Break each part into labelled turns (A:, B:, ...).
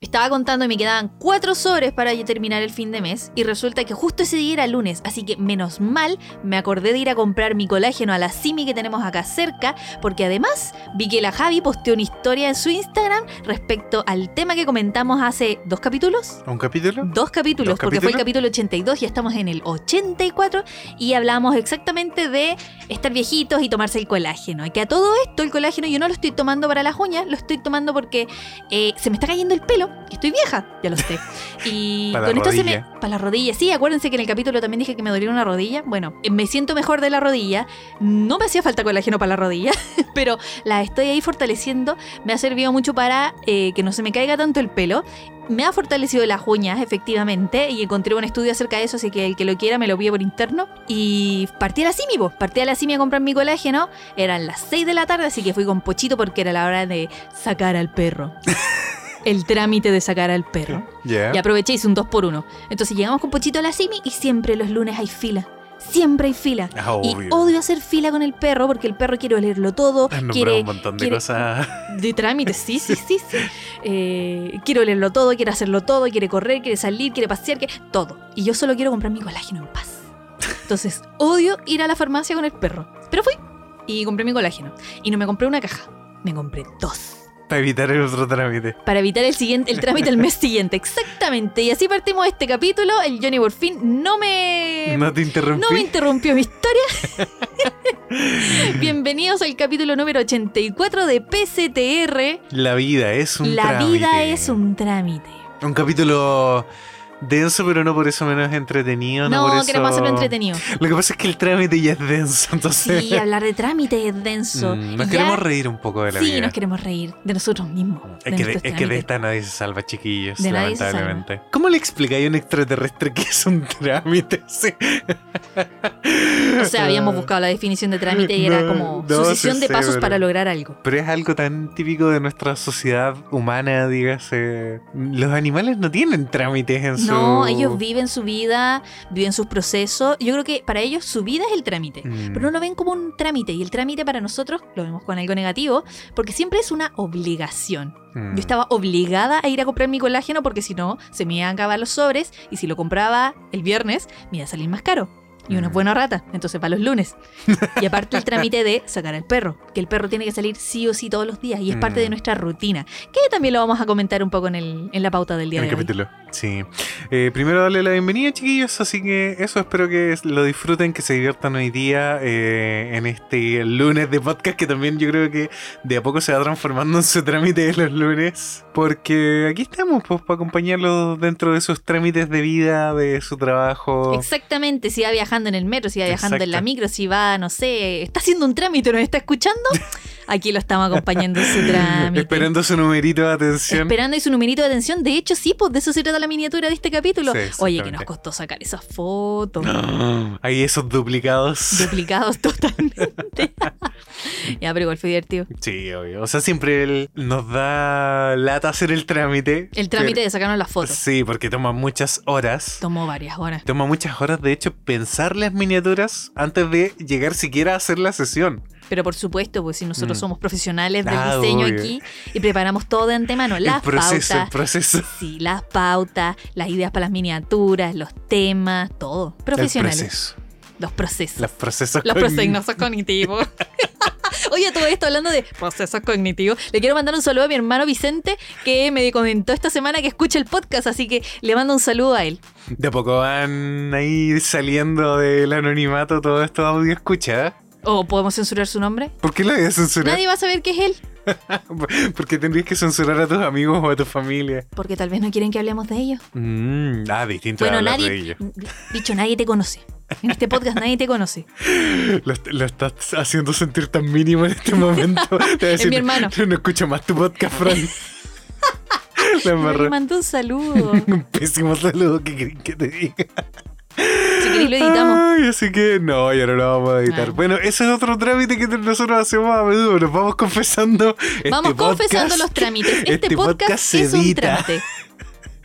A: estaba contando y me quedaban cuatro sobres para yo terminar el fin de mes y resulta que justo ese día era lunes, así que menos mal me acordé de ir a comprar mi colágeno a la Simi que tenemos acá cerca, porque además vi que la Javi posteó una historia en su Instagram respecto al tema que comentamos hace dos capítulos.
B: ¿Un capítulo?
A: Dos capítulos,
B: ¿Dos
A: porque fue el
B: capítulos?
A: capítulo 82 y estamos en el 84 y hablamos exactamente de estar viejitos y tomarse el colágeno. Y que a todo esto el colágeno yo no lo estoy tomando para las uñas, lo estoy tomando porque eh, se me está cayendo el pelo, y estoy vieja, ya lo sé. Y
B: Para la
A: con esto se me...
B: rodilla.
A: Para la rodilla, sí, acuérdense que en el capítulo también dije que me dolía una rodilla. Bueno, eh, me siento mejor de la rodilla, no me hacía falta colágeno para la rodilla, pero la estoy ahí fortaleciendo, me ha servido mucho para eh, que no se me caiga tanto el pelo me ha fortalecido las uñas, efectivamente, y encontré un estudio acerca de eso, así que el que lo quiera me lo pide por interno. Y partí a la Simi, vos. Partí a la Simi a comprar mi colágeno. Eran las 6 de la tarde, así que fui con Pochito porque era la hora de sacar al perro. el trámite de sacar al perro.
B: Ya.
A: Y aproveché y hice un 2 por 1 Entonces llegamos con Pochito a la Simi y siempre los lunes hay fila. Siempre hay fila.
B: Ah,
A: Y
B: obvio.
A: odio hacer fila con el perro porque el perro quiere olerlo todo,
B: Has nombrado
A: quiere
B: un montón de
A: quiere-
B: cosas.
A: de trámite, sí, sí, sí, sí. Eh, quiero olerlo todo, quiero hacerlo todo, quiere correr, quiere salir, quiere pasear, quiere todo. Y yo solo quiero comprar mi colágeno en paz. Entonces, odio ir a la farmacia con el perro. Pero fui y compré mi colágeno. Y no me compré una caja, me compré dos.
B: Para evitar el otro trámite.
A: Para evitar el siguiente, el trámite el mes siguiente. Exactamente. Y así partimos este capítulo. El Johnny Borfin no me.
B: no te interrumpí.
A: Eh, No me interrumpió mi historia. Bienvenidos al capítulo número 84 de PCTR.
B: La vida es un
A: La
B: trámite.
A: vida es un trámite.
B: Un capítulo denso, pero no por eso menos entretenido. No,
A: No,
B: por eso...
A: queremos hacerlo entretenido.
B: Lo que pasa es que el trámite ya es denso, entonces.
A: Sí, hablar de trámite es denso.
B: Mm, nos
A: Y ya-
B: queremos reír un poco de la
A: Sí,
B: vida. Mm,
A: nos queremos reír de nosotros mismos. de
B: Es que, de,
A: nuestros
B: es que de
A: trámites.
B: esta nadie se salva, chiquillos,
A: De nadie se
B: lamentablemente. ¿Cómo le explicáis a un extraterrestre que es un trámite? Sí.
A: O sea, habíamos buscado la definición de trámite y era
B: No,
A: como
B: no,
A: sucesión
B: sí
A: de
B: sé,
A: pasos
B: pero-
A: para lograr algo.
B: Pero es algo tan típico de nuestra sociedad humana, dígase. Los animales no tienen trámites en su.
A: No, ellos viven su vida, viven sus procesos. Yo creo que para ellos su vida es el trámite.
B: Mm.
A: Pero no lo ven como un trámite y el trámite para nosotros lo vemos con algo negativo porque siempre es una obligación.
B: Mm.
A: Yo estaba obligada a ir a comprar mi colágeno porque si no, se me iban a acabar los sobres y si lo compraba el viernes, me iba a salir más caro. Y uno es
B: Mm.
A: buena rata, entonces para los lunes. Y aparte el trámite de sacar al perro, que el perro tiene que salir sí o sí todos los días y es parte de
B: Mm.
A: nuestra rutina, que también lo vamos a comentar un poco en, el, en la pauta del día
B: En el
A: de hoy.
B: capítulo. Sí. Eh, primero darle la bienvenida, chiquillos. Así que eso, espero que lo disfruten, que se diviertan hoy día eh, en este lunes de podcast que también yo creo que de a poco se va transformando en su trámite de los lunes. Porque aquí estamos, pues, para acompañarlos dentro de sus trámites de vida, de su trabajo.
A: Exactamente, si va viajando en el metro, si va viajando en la
B: Exacto.
A: micro, si va, no sé, está haciendo un trámite, nos está escuchando, aquí lo estamos acompañando en su trámite.
B: Esperando su numerito de atención.
A: Esperando y su numerito de atención. De hecho, sí, pues de eso se trata la miniatura de este capítulo.
B: Sí,
A: Oye, que
B: exactamente.
A: nos costó sacar esas fotos.
B: Ahí esos duplicados.
A: Duplicados totalmente. ya, pero igual fue divertido.
B: Sí, obvio. O sea, siempre el- nos da lata hacer el trámite.
A: El trámite de sacarnos las
B: pero-
A: fotos.
B: Sí, porque toma muchas horas.
A: Tomó varias horas.
B: Toma muchas horas, de hecho, pensar las miniaturas antes de llegar siquiera a hacer la sesión.
A: Pero por supuesto, pues si nosotros
B: Mm.
A: somos profesionales del
B: Ah,
A: diseño
B: obvio.
A: aquí y preparamos todo de antemano. Las
B: el proceso, el
A: pautas.
B: proceso.
A: Sí, las pautas, las ideas para las miniaturas, los temas, todo. Profesionales.
B: El proceso.
A: Los procesos.
B: Los procesos.
A: Los
B: con-
A: procesos cognitivos. Oye, todo esto hablando de procesos cognitivos. Le quiero mandar un saludo a mi hermano Vicente, que me comentó esta semana que escucha el podcast, así que le mando un saludo a él.
B: De a poco van ahí saliendo del anonimato todo esto audio escucha. ¿eh?
A: ¿O podemos censurar su nombre?
B: ¿Por qué lo voy a censurar?
A: Nadie va a saber que es él,
B: ¿Por qué tendrías que censurar a tus amigos o a tu familia?
A: porque tal vez no quieren que hablemos de ellos.
B: Mm, ah, distinto
A: Bueno,
B: hablar de
A: nadie,
B: ello.
A: dicho, nadie te conoce. En este podcast nadie te conoce.
B: Lo, lo estás haciendo sentir tan mínimo en este momento. Te voy a decir,
A: mi hermano.
B: "No, no escucho más tu podcast, Fran.
A: Le
B: La embarré.
A: mando un saludo.
B: Un pésimo saludo que querés que te diga.
A: Si querés lo editamos.
B: Ay, así que no, ya no lo vamos a editar.
A: Ah.
B: Bueno, ese es otro trámite que nosotros hacemos a menudo. Nos vamos confesando. este
A: Vamos confesando
B: podcast.
A: los trámites. Este,
B: este
A: podcast,
B: podcast se
A: es un
B: edita.
A: trámite.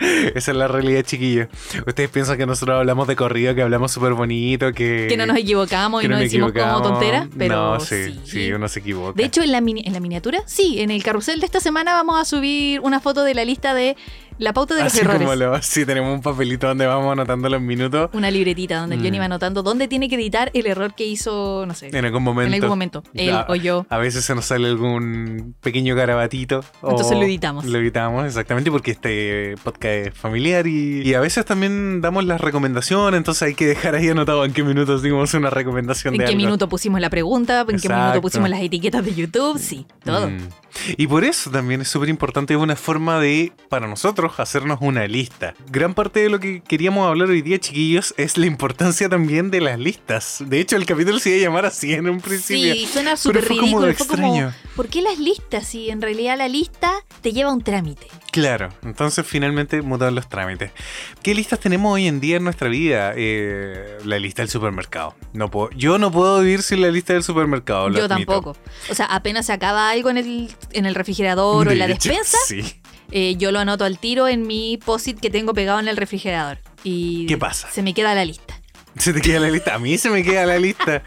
B: Esa es la realidad, chiquillos. Ustedes piensan que nosotros hablamos de corrido, que hablamos súper bonito, que.
A: Que no nos equivocamos
B: Eh, que
A: y
B: no
A: no
B: nos
A: decimos como
B: equivocamos.
A: tonteras, pero
B: No, sí, sí,
A: sí,
B: uno se equivoca.
A: De hecho, en la, mini- en la miniatura, sí, en el carrusel de esta semana vamos a subir una foto de la lista de La pauta de los
B: Así
A: errores.
B: como lo, sí, tenemos un papelito donde vamos anotando los minutos
A: Una libretita donde el Johnny
B: Mm.
A: va anotando dónde tiene que editar el error que hizo, no sé,
B: en algún momento.
A: en algún momento. Él
B: Ya.
A: o yo.
B: A veces se nos sale algún pequeño garabatito. o
A: Entonces lo editamos.
B: Lo editamos, exactamente, porque este podcast es familiar y, y a veces también damos las recomendaciones, entonces hay que dejar ahí anotado en qué minuto dimos una recomendación
A: ¿En
B: de
A: qué
B: algo.
A: minuto pusimos la pregunta? ¿En qué
B: Exacto.
A: minuto pusimos las etiquetas de YouTube? Sí, todo.
B: Mm. Y por eso también es súper importante una forma de, para nosotros, hacernos una lista. Gran parte de lo que queríamos hablar hoy día, chiquillos, es la importancia también de las listas. De hecho, el capítulo se iba a llamar así en un principio.
A: Sí, suena
B: pero
A: súper
B: fue como
A: ridículo. Fue como,
B: extraño.
A: ¿por qué las listas si en realidad la lista te lleva a un trámite?
B: Claro, entonces finalmente mudaron los trámites. ¿Qué listas tenemos hoy en día en nuestra vida? Eh, la lista del supermercado. No puedo, yo no puedo vivir sin la lista del supermercado. lo
A: Yo
B: admito.
A: tampoco. O sea, apenas se acaba algo en el, en el refrigerador o en la
B: De hecho,
A: despensa,
B: Sí.
A: eh, yo lo anoto al tiro en mi post-it que tengo pegado en el refrigerador. Y
B: ¿Qué pasa?
A: Se me queda la lista.
B: Se te queda la lista. A mí se me queda la lista.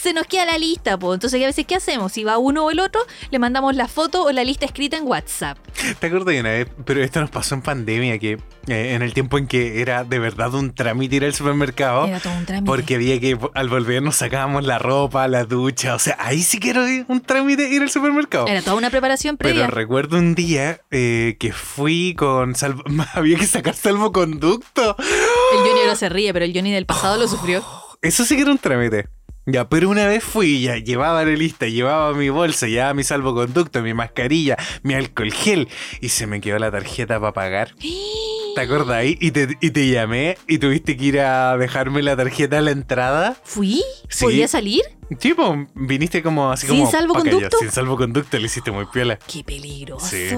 A: Se nos queda la lista, pues. Entonces, ¿qué a veces qué hacemos? Si va uno o el otro, le mandamos la foto o la lista escrita en WhatsApp.
B: ¿Te acuerdas de una vez? Pero esto nos pasó en pandemia, que eh, en el tiempo en que era de verdad un trámite ir al supermercado.
A: Era todo un trámite.
B: Oh, Porque había que al volver nos sacábamos la ropa, la ducha. O sea, ahí sí quiero ir, un trámite ir al supermercado.
A: Era toda una preparación
B: oh, Pero
A: previa.
B: recuerdo un día eh, que fui con salvo... había que sacar salvoconducto.
A: El Johnny ahora se ríe, pero el Johnny del pasado
B: Oh.
A: lo sufrió.
B: Eso sí que era un trámite. Ya, pero una vez fui, ya llevaba la lista, llevaba mi bolsa, llevaba mi salvoconducto, mi mascarilla, mi alcohol gel y se me quedó la tarjeta para pagar. ¿Te acuerdas ahí? Y te, y te llamé y tuviste que ir a dejarme la tarjeta a la entrada.
A: ¿Fui?
B: Sí.
A: ¿Podía salir?
B: Tipo, viniste como así
A: ¿Sin
B: como.
A: salvoconducto?
B: pa' acá, ya, Sin salvoconducto, le hiciste muy piola.
A: ¡Qué peligroso!
B: Sí.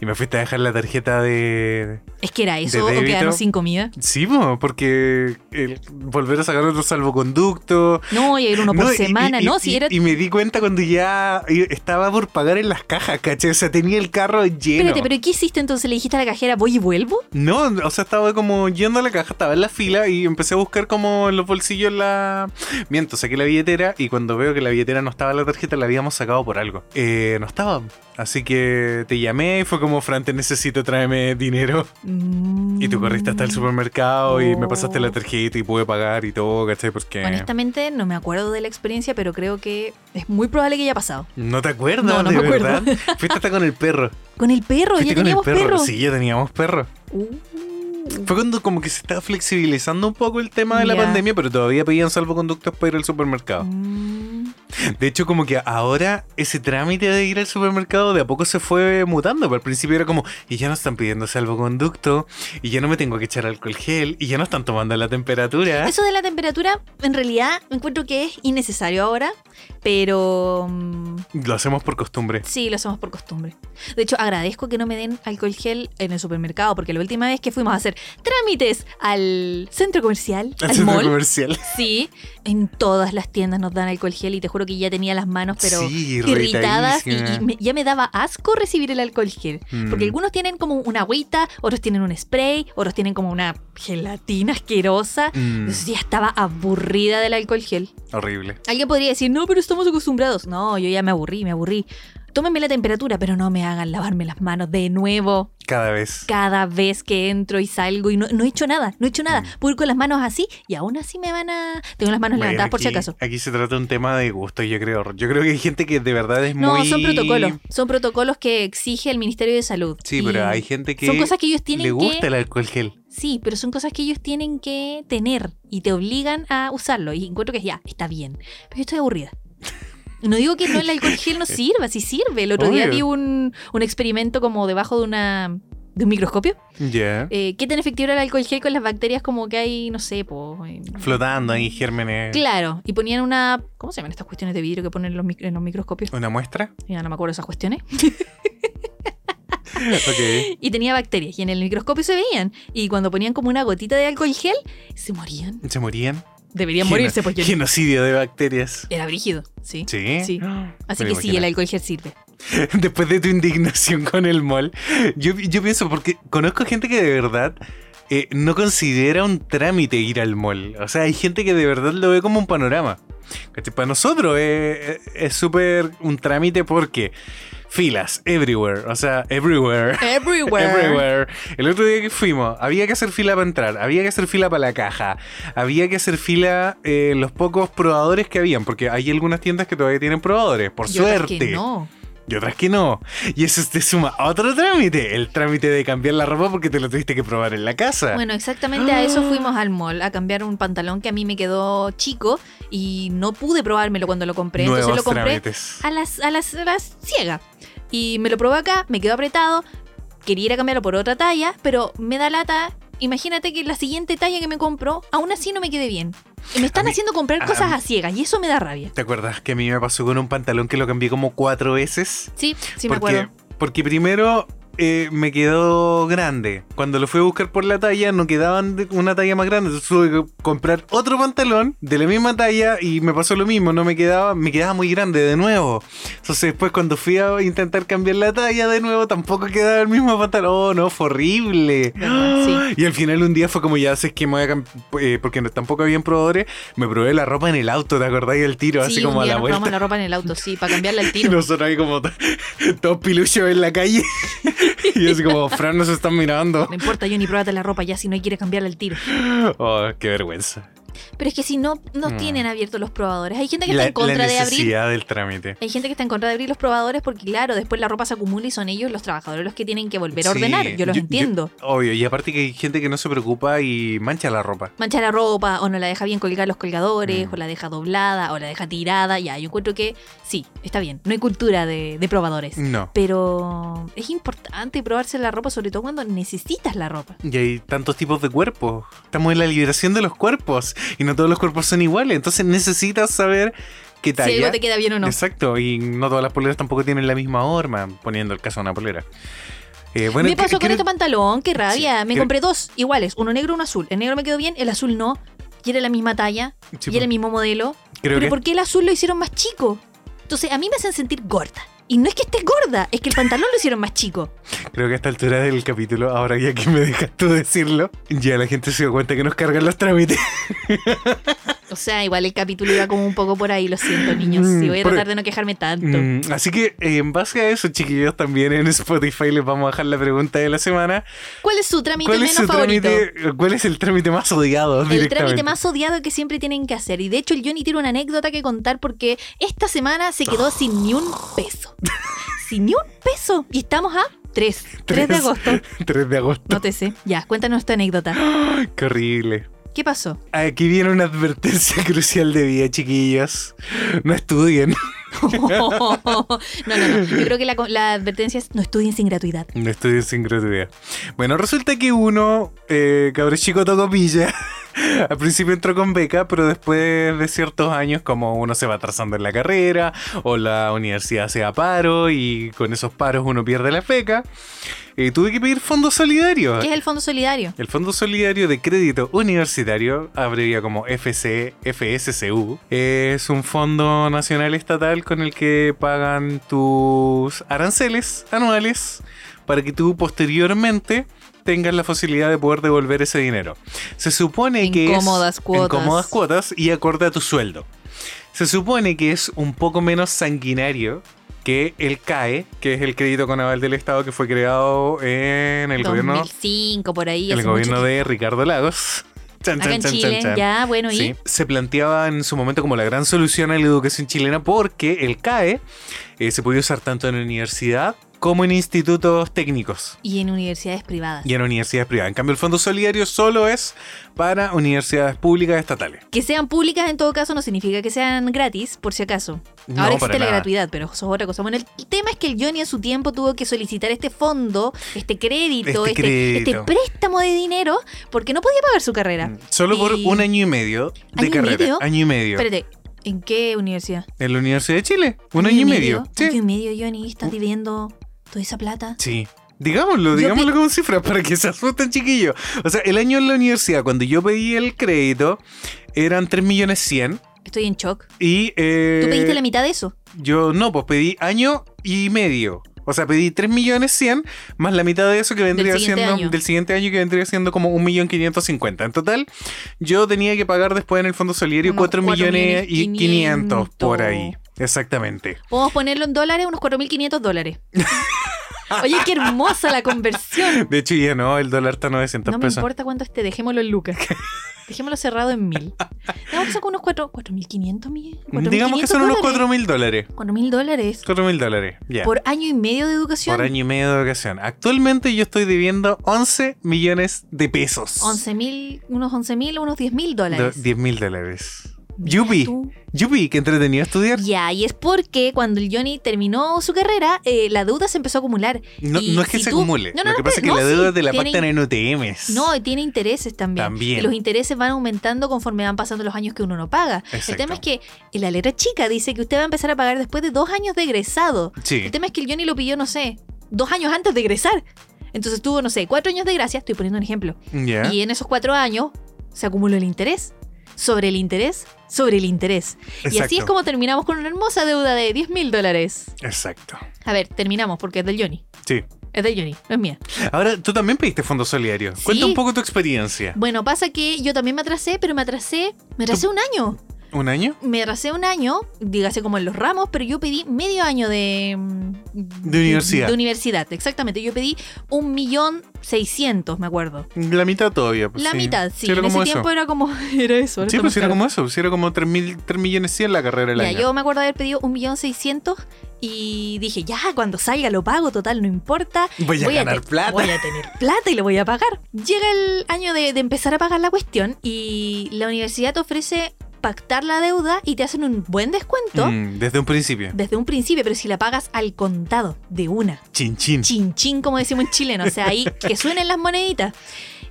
B: Y me fuiste a dejar la tarjeta de,
A: Es que era eso,
B: ¿De
A: o
B: débito?
A: quedarnos sin comida.
B: Sí, po, porque el volver a sacar otro salvoconducto.
A: No, y era uno por
B: No, y-
A: semana,
B: y-
A: ¿no?
B: y-
A: Si
B: y-
A: era.
B: Y me di cuenta cuando ya eh, estaba por pagar en las cajas, ¿cachai? O sea, tenía el carro lleno.
A: Espérate, pero ¿qué hiciste entonces? ¿Le dijiste a la cajera, voy y vuelvo?
B: No, o sea, estaba como yendo a la caja, estaba en la fila y empecé a buscar como en los bolsillos la... Miento, saqué la billetera y cuando veo que la billetera no estaba en la tarjeta, la habíamos sacado por algo. Eh, no estaba. Así que te llamé y fue como, Fran, te necesito, tráeme dinero. Y tú corriste hasta el supermercado y me pasaste la
A: Mm. Oh.
B: tarjeta y pude pagar y todo, ¿cachai? Porque...
A: Honestamente, no me acuerdo de la experiencia, pero creo que es muy probable que haya pasado.
B: No te acuerdas,
A: No, no
B: de
A: me acuerdo.
B: verdad. Fuiste hasta con el perro.
A: Con el perro, ya
B: Fuiste con el
A: teníamos
B: perro.
A: perro.
B: Sí, ya teníamos perro.
A: Uh,
B: Fue cuando como que se estaba flexibilizando un poco el tema de la
A: Ya.
B: pandemia, pero todavía pedían salvoconductos para ir al supermercado.
A: mm.
B: De hecho, como que ahora ese trámite de ir al supermercado de a poco se fue mutando. Pero al principio era como, y ya no están pidiendo salvoconducto, y ya no me tengo que echar alcohol gel, y ya no están tomando la temperatura.
A: Eso de la temperatura, en realidad, encuentro que es innecesario ahora, pero. mm,
B: Lo hacemos por costumbre.
A: Sí, lo hacemos por costumbre. De hecho, agradezco que no me den alcohol gel en el supermercado, porque la última vez que fuimos a hacer trámites al centro comercial,
B: Al
A: al
B: centro
A: mall,
B: comercial.
A: sí, en todas las tiendas nos dan alcohol gel y te juro que ya tenía las manos pero
B: sí,
A: irritadas y,
B: irritadísima.
A: y me- ya me daba asco recibir el alcohol gel. Porque
B: Mm.
A: algunos tienen como una agüita, otros tienen un spray, otros tienen como una gelatina asquerosa.
B: Mm,
A: Entonces ya estaba aburrida del alcohol gel.
B: horrible.
A: Alguien podría decir, no, pero estamos acostumbrados. No, yo ya me aburrí, me aburrí. Tómenme la temperatura, pero no me hagan lavarme las manos de nuevo
B: Cada vez.
A: cada vez que entro y salgo y no, no he hecho nada, no he hecho nada.
B: Mm.
A: Puedo ir con las manos así y aún así me van a... Tengo las manos
B: Bueno,
A: levantadas por si
B: aquí-
A: acaso.
B: Aquí se trata de un tema de gusto, yo creo. Yo creo que hay gente que de verdad es
A: No,
B: muy.
A: son protocolos. Son protocolos que exige el Ministerio de Salud.
B: Sí,
A: Y
B: pero hay gente que,
A: Son cosas que ellos tienen
B: le gusta
A: que...
B: el alcohol gel.
A: Sí, pero son cosas que ellos tienen que tener y te obligan a usarlo. Y encuentro que ya, está bien. Pero yo estoy aburrida. No digo que no el alcohol gel no sirva, sí sirve. El otro día
B: Obvio.
A: vi un, un experimento como debajo de una de un microscopio.
B: Ya.
A: Eh, ¿Qué tan efectivo era el alcohol gel con las bacterias como que hay, no sé, po, en-
B: Flotando ahí, gérmenes.
A: Claro, y ponían una... ¿Cómo se llaman estas cuestiones de vidrio que ponen en los, mic- en los microscopios?
B: ¿Una muestra?
A: Ya no me acuerdo esas cuestiones.
B: Ok.
A: Y tenía bacterias, y en el microscopio se veían. Y cuando ponían como una gotita de alcohol gel, se morían.
B: ¿Se morían?
A: Deberían
B: Geno-
A: morirse, porque
B: Genocidio de bacterias.
A: Era brígido, sí.
B: Sí.
A: Sí. Así
B: Me
A: que
B: lo
A: sí,
B: imagino.
A: el alcohol gel sirve.
B: Después de tu indignación con el mall, yo, yo pienso, porque conozco gente que de verdad eh, no considera un trámite ir al mall. O sea, hay gente que de verdad lo ve como un Este, panorama. ¿Cachai? Para nosotros es es súper un trámite porque Filas, everywhere. O sea, everywhere.
A: Everywhere.
B: Everywhere. El otro día que fuimos, había que hacer fila para entrar, había que hacer fila para la caja, había que hacer fila eh, los pocos probadores que habían, porque hay algunas tiendas que todavía tienen probadores, por
A: Y otras
B: suerte.
A: que no.
B: Y otras que no. Y eso te suma a otro trámite, el trámite de cambiar la ropa porque te lo tuviste que probar en la casa.
A: Bueno, exactamente a eso fuimos al mall, a cambiar un pantalón que a mí me quedó chico y no pude probármelo cuando lo compré. Entonces
B: Nuevos
A: lo compré
B: trámites.
A: a las, a las, a las ciegas. Y me lo probé acá, me quedó apretado, quería ir a cambiarlo por otra talla, pero me da lata. Imagínate que la siguiente talla que me compró, aún así no me quede bien. Y Me están
B: A mí-
A: haciendo comprar
B: a
A: cosas
B: mí-
A: a ciegas y eso me da rabia.
B: ¿Te acuerdas que a mí me pasó con un pantalón que lo cambié como cuatro veces?
A: Sí, sí me
B: porque,
A: acuerdo.
B: porque primero eh, me quedó grande. Cuando lo fui a buscar por la talla, no quedaban de- una talla más grande. Entonces tuve que comprar otro pantalón de la misma talla y me pasó lo mismo. No me quedaba, me quedaba muy grande de nuevo. Entonces después cuando fui a intentar cambiar la talla de nuevo, tampoco quedaba el mismo pantalón. Oh, no, fue horrible.
A: Verdad, sí.
B: Y al final un día fue como ya sé que me voy a cam- eh, porque no- tampoco habían probadores, me probé la ropa en el auto, ¿te acordáis del tiro?
A: Sí,
B: así
A: un
B: como a
A: día
B: la
A: nos
B: vuelta.
A: probamos la ropa en el auto, sí, para cambiarla al
B: Y
A: tiro.
B: nosotros ahí como to- todos piluchos en la calle. y yo así como, Fran, nos están mirando.
A: No importa, Johnny, pruébate la ropa ya si no quieres cambiarla al tiro.
B: Oh, qué vergüenza.
A: Pero es que si no, no
B: Mm.
A: tienen abiertos los probadores. Hay gente que
B: La,
A: está en contra
B: la
A: de abrir.
B: necesidad del trámite.
A: Hay gente que está en contra de abrir los probadores porque, claro, después la ropa se acumula y son ellos los trabajadores los que tienen que volver a
B: Sí,
A: ordenar. yo los
B: yo-
A: entiendo.
B: Obvio, y aparte que hay gente que no se preocupa y mancha la ropa.
A: Mancha la ropa o no la deja bien colgar los colgadores
B: Mm.
A: o la deja doblada o la deja tirada. Ya, yo encuentro que sí, está bien. No hay cultura de, de probadores.
B: No.
A: Pero es importante probarse la ropa, sobre todo cuando necesitas la ropa.
B: Y hay tantos tipos de cuerpos. Estamos en la liberación de los cuerpos. Y no todos los cuerpos son iguales. Entonces necesitas saber qué
A: Si algo
B: talla.
A: te queda bien o no.
B: Exacto. Y no todas las poleras tampoco tienen la misma horma, poniendo el caso de una polera. Eh, bueno,
A: me pasó
B: cre-
A: con
B: creo-
A: este pantalón, qué rabia.
B: Sí,
A: me
B: creo-
A: compré dos iguales, uno negro, uno azul. El negro me quedó bien, el azul no. Y era la misma talla,
B: Sí, pues,
A: y era el mismo modelo.
B: creo
A: pero
B: que
A: ¿por qué el azul lo hicieron más chico? Entonces a mí me hacen sentir gorda. Y no es que estés gorda, es que el pantalón lo hicieron más chico.
B: Creo que a esta altura del capítulo, ahora ya que me dejas tú decirlo, ya la gente se dio cuenta que nos cargan los trámites.
A: O sea, igual el capítulo iba como un poco por ahí, lo siento, niños.
B: Mm,
A: Sí, voy a
B: por-
A: tratar de no quejarme tanto.
B: Mm, así que eh, en base a eso, chiquillos, también en Spotify les vamos a dejar la pregunta de la semana.
A: ¿Cuál es su trámite
B: ¿Cuál
A: menos
B: es, su
A: favorito?
B: trámite, cuál es el trámite más odiado?
A: El trámite
B: directamente?
A: más odiado que siempre tienen que hacer. Y de hecho, el Johnny tiene una anécdota que contar porque esta semana se
B: Ah.
A: quedó sin ni un peso. sin ni un peso. Y estamos a 3. 3 de
B: Tres.
A: agosto.
B: 3 de agosto.
A: No te sé. Ya, cuéntanos tu anécdota.
B: Qué horrible.
A: ¿Qué pasó?
B: Aquí viene una advertencia crucial de vida, chiquillos. No estudien.
A: no, no, no. Yo creo que la, la advertencia es no estudien sin gratuidad.
B: No estudien sin gratuidad. Bueno, resulta que uno, eh, cabrón chico tocopilla, al principio entró con beca, pero después de ciertos años, como uno se va atrasando en la carrera, o la universidad se da paro, y con esos paros uno pierde la beca, eh, tuve que pedir fondos solidarios.
A: ¿Qué es el Fondo Solidario?
B: El Fondo Solidario de Crédito Universitario, abrevia como FC, FSCU, es un fondo nacional estatal con el que pagan tus aranceles anuales para que tú posteriormente tengas la facilidad de poder devolver ese dinero. Se supone que es-
A: Incómodas cuotas.
B: en cómodas cuotas y acorde a tu sueldo. Se supone que es un poco menos sanguinario que el CAE, que es el crédito con aval del Estado que fue creado en el gobierno
A: 2005, por ahí.
B: el
A: hace mucho
B: gobierno
A: tiempo.
B: de Ricardo Lagos. Chan,
A: Acá
B: chan,
A: en
B: chan,
A: Chile,
B: chan, chan.
A: ya, bueno, y
B: Sí. Se planteaba en su momento como la gran solución a la educación chilena porque el CAE eh, se podía usar tanto en la universidad como en institutos técnicos
A: y en universidades privadas.
B: y en universidades privadas. En cambio, el Fondo Solidario solo es para universidades públicas estatales.
A: Que sean públicas en todo caso no significa que sean gratis, por si acaso. Ahora
B: No, para
A: existe la
B: nada.
A: gratuidad, pero eso es otra cosa. Bueno, el tema es que el Johnny en su tiempo tuvo que solicitar este fondo, este crédito,
B: Este
A: este,
B: crédito.
A: este préstamo de dinero, porque no podía pagar su carrera.
B: Mm, Solo por
A: Y-
B: un año y medio de
A: ¿Año y
B: carrera.
A: medio?
B: Año y medio.
A: Espérate, ¿en qué universidad?
B: En la Universidad de Chile. Un año y medio.
A: Año y
B: Sí. Uh.
A: medio, Johnny, estás dividiendo toda esa plata.
B: Sí. Digámoslo,
A: Yo
B: digámoslo
A: pe-
B: como cifras para que se asusten, chiquillos. O sea, el año en la universidad, cuando yo pedí el crédito, eran 3 millones 100.
A: Estoy en shock.
B: Y. eh,
A: Tú pediste la mitad de eso.
B: Yo no, pues pedí año y medio. O sea, pedí 3 millones 100 más la mitad de eso que vendría
A: siguiente
B: siendo
A: año.
B: del siguiente año que vendría siendo como 1.550. En total, yo tenía que pagar después en el fondo solidario
A: Unos
B: 4 millones y 500 por ahí.
A: 500.
B: Exactamente.
A: Podemos ponerlo en dólares, unos 4.500 dólares. Oye, qué hermosa la conversión.
B: De hecho, ya no, el dólar está a 900
A: No me
B: pesos.
A: importa cuánto esté, dejémoslo en lucas. Dejémoslo cerrado en mil. Tenemos que sacar unos cuatro- 4.500, Miguel.
B: Digamos que son unos 4 mil dólares.
A: 4.000 dólares
B: 4 mil dólares, ya. Por,
A: por año y medio de educación.
B: año y medio de educación. Actualmente yo estoy debiendo 11 millones de pesos.
A: 11.000, unos 11.000 o unos 10.000
B: Do-
A: dólares.
B: 10 mil dólares.
A: Mira
B: Yupi.
A: tú.
B: Yupi, que entretenido estudiar.
A: Ya, y es porque cuando el Johnny terminó su carrera, eh, la deuda se empezó a acumular.
B: No,
A: Y
B: no es que
A: si
B: se
A: tú-
B: acumule.
A: No, no,
B: Lo que
A: no,
B: pasa es que
A: no,
B: la
A: sí,
B: deuda te la
A: tienen-
B: pactan en E UTMs.
A: No, y tiene intereses también.
B: También.
A: Y los intereses van aumentando conforme van pasando los años que uno no paga.
B: Exacto.
A: El tema es que en la letra chica dice que usted va a empezar a pagar después de dos años de egresado.
B: Sí.
A: El tema es que el Johnny lo pidió, no sé, dos años antes de egresar. Entonces tuvo, no sé, cuatro años de gracia, estoy poniendo un ejemplo.
B: Ya.
A: Y en esos cuatro años se acumuló el interés. Sobre el interés, sobre el interés. Y así es
B: Exacto.
A: como terminamos con una hermosa deuda de 10 mil dólares.
B: Exacto.
A: A ver, terminamos porque es del Johnny.
B: Sí.
A: Es del Johnny, no es mía.
B: Ahora, tú también pediste fondo solidario.
A: Sí.
B: Cuenta un poco tu experiencia.
A: Bueno, pasa que yo también me atrasé, pero me atrasé, me atrasé un año.
B: ¿Un año?
A: Me atrasé un año, dígase como en los ramos, pero yo pedí medio año de... mm,
B: De universidad.
A: De universidad, exactamente. Yo pedí un millón seiscientos, me acuerdo.
B: La mitad todavía. pues,
A: La mitad, sí.
B: era
A: en ese
B: como eso.
A: tiempo era como... Era eso. ahora
B: Sí,
A: está
B: pues
A: más
B: era
A: caro.
B: como eso, pues era como 3, millones 100 la carrera del
A: Mira,
B: año.
A: yo me acuerdo haber pedido un millón seiscientos y dije, ya, cuando salga lo pago, total, no importa.
B: Voy a ganar
A: te-
B: plata.
A: Voy a tener plata y lo voy a pagar. Llega el año de, de empezar a pagar la cuestión y la universidad te ofrece pactar la deuda y te hacen un buen descuento
B: Mm, desde un principio.
A: desde un principio, pero si la pagas al contado, de una.
B: Chin, chin.
A: Chin chin, como decimos en chileno. O sea, ahí que suenen las moneditas.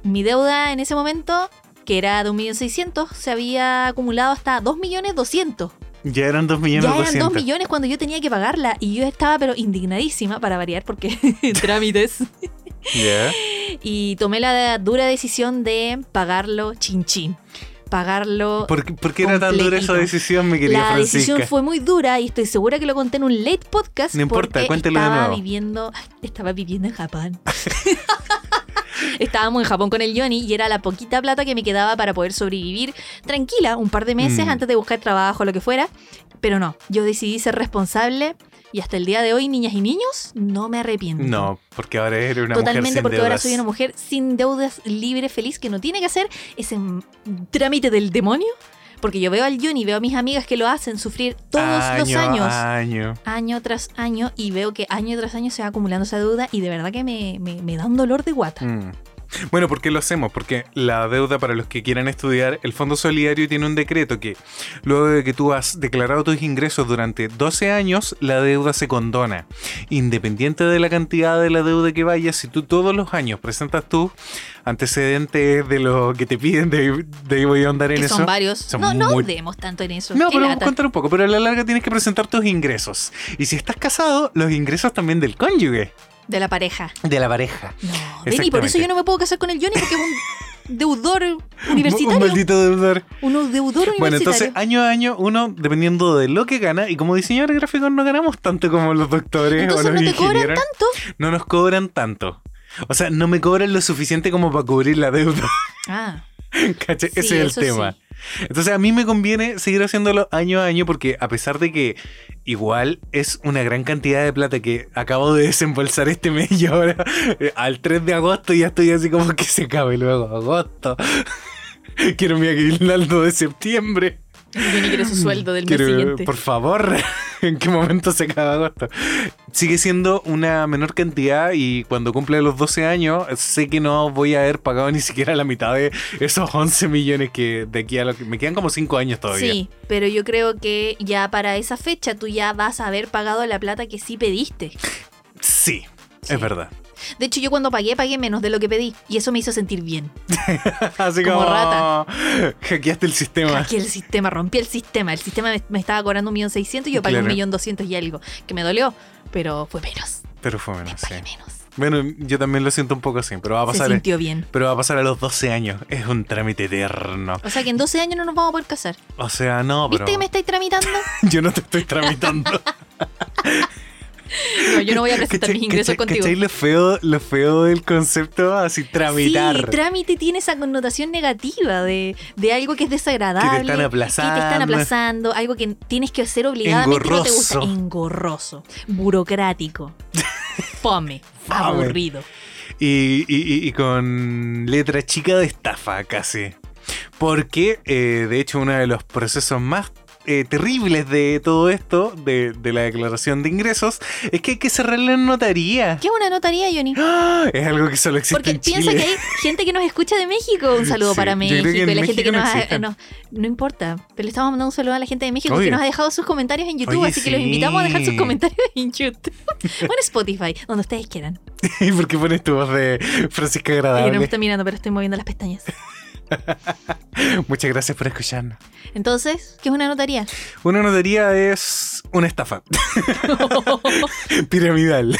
A: Mi deuda en ese momento, que era de 1.600.000, se había acumulado hasta 2.200.000.
B: Ya eran 2 millones
A: Ya eran 2
B: doscientos.
A: millones cuando yo tenía que pagarla y yo estaba pero indignadísima para variar porque trámites.
B: Ya.
A: Y tomé la dura decisión de pagarlo chin chin. Pagarlo...
B: ¿Por, qué- por qué era tan dura esa
A: Completito.
B: decisión, mi querida
A: la
B: Francisca?
A: decisión fue muy dura y estoy segura que lo conté en un late podcast.
B: No importa,
A: porque
B: cuéntelo de
A: estaba
B: nuevo.
A: Viviendo, estaba viviendo en Japón. Estábamos en Japón con el Johnny y era la poquita plata que me quedaba para poder sobrevivir tranquila un par de meses
B: Mm.
A: antes de buscar trabajo o lo que fuera. Pero no, yo decidí ser responsable y hasta el día de hoy, niñas y niños, no me arrepiento.
B: No, porque ahora eres una mujer
A: Totalmente,
B: sin
A: porque ahora
B: deudas.
A: soy una mujer sin deudas, libre, feliz, que no tiene que hacer ese mm, trámite del demonio. Porque yo veo al Johnny, veo a mis amigas que lo hacen sufrir todos los
B: Año ah. a
A: años,
B: Año.
A: año tras año, y veo que año tras año se va acumulando esa deuda y de verdad que me, me- me da un dolor de guata.
B: Mm. Bueno, ¿por qué lo hacemos? Porque la deuda para los que quieran estudiar, el Fondo Solidario tiene un decreto que luego de que tú has declarado tus ingresos durante 12 años, la deuda se condona. Independiente de la cantidad de la deuda que vayas, si tú todos los años presentas tus antecedentes de lo que te piden, de, de ahí voy a andar en
A: Que
B: eso.
A: son varios.
B: son
A: no, no
B: muy-
A: demos tanto en eso.
B: No,
A: Qué
B: pero vamos a
A: lata.
B: contar un poco, pero a la larga tienes que presentar tus ingresos. Y si estás casado, los ingresos también del cónyuge,
A: De la pareja.
B: de la pareja.
A: No, ven, y por eso
B: Exactamente.
A: yo no me puedo casar con el Johnny porque es un deudor
B: Un
A: universitario.
B: maldito deudor.
A: Un, deudor universitario.
B: Bueno, entonces año a año uno, dependiendo de lo que gana, y como diseñadores gráficos no ganamos tanto como los doctores
A: Entonces
B: o
A: no
B: los
A: te cobran
B: ingenieros.
A: tanto.
B: No nos cobran tanto. O sea, no me cobran lo suficiente como para cubrir la deuda.
A: Ah.
B: ¿Caché?
A: Sí,
B: Ese es
A: eso
B: el tema. Entonces a mí me conviene seguir haciéndolo año a año porque a pesar de que igual es una gran cantidad de plata que acabo de desembolsar este mes y ahora eh, al 3 de agosto ya estoy así como que se cabe luego agosto. Quiero mi aguinaldo de septiembre.
A: Johnny quiere su sueldo del mes
B: Quiero-
A: siguiente.
B: Por favor, ¿en qué momento se acaba agosto? Sigue siendo una menor cantidad y cuando cumple los 12 años, sé que no voy a haber pagado ni siquiera la mitad de esos 11 millones que de aquí a lo que. Me quedan como 5 años todavía.
A: Sí, pero yo creo que ya para esa fecha tú ya vas a haber pagado la plata que sí pediste.
B: Sí,
A: Sí.
B: es verdad.
A: De hecho, yo cuando pagué, pagué menos de lo que pedí. Y eso me hizo sentir bien.
B: Así como.
A: Como rata.
B: Hackeaste el sistema.
A: Aquí el sistema, rompí el sistema. El sistema me, me estaba cobrando un millón seiscientos y yo pagué
B: Claro.
A: un millón doscientos y algo. Que me dolió, pero fue menos.
B: Pero fue menos, Ah, sí.
A: Pagué menos.
B: Bueno, yo también lo siento un poco así, pero va a
A: Se
B: pasar. ¿eh?
A: sintió bien.
B: Pero va a pasar a los 12 años. Es un trámite eterno.
A: O sea que en 12 años no nos vamos a poder casar.
B: O sea, no, pero.
A: ¿Viste que me estáis tramitando?
B: Yo no te estoy tramitando.
A: No, yo no voy a presentar mis ingresos contigo.
B: ¿Cachai lo feo, lo feo del concepto así tramitar?
A: Sí, trámite tiene esa connotación negativa de, de algo que es desagradable.
B: Que te están aplazando.
A: Que te están aplazando, algo que tienes que hacer obligadamente y no te gusta.
B: Engorroso.
A: Engorroso, burocrático, fome,
B: Fome.
A: aburrido.
B: y, y- y- y con letra chica de estafa casi. Porque, eh, de hecho, uno de los procesos más eh, terribles de todo esto, de, de la declaración de ingresos, es que hay que cerrarla en notaría.
A: ¿Qué es una notaría, Johnny?
B: ¡Ah! Es algo que solo existe
A: Porque
B: en
A: piensa
B: Chile.
A: que hay gente que nos escucha de México. Un saludo
B: Sí,
A: para
B: yo creo que
A: México y la
B: en
A: gente que
B: México no
A: nos ha,
B: existen.
A: no, no importa, pero le estamos mandando un saludo a la gente de México
B: Obvio.
A: que nos ha dejado sus comentarios en YouTube,
B: Oye,
A: así que los
B: sí.
A: invitamos a dejar sus comentarios en YouTube o en Spotify, donde ustedes quieran.
B: ¿Y por qué pones tu voz de Francisca
A: Oye, no me
B: Agradable?
A: están mirando, pero estoy moviendo las pestañas.
B: Muchas gracias por escucharnos.
A: Entonces, ¿qué es una notaría?
B: Una notaría es una estafa piramidal.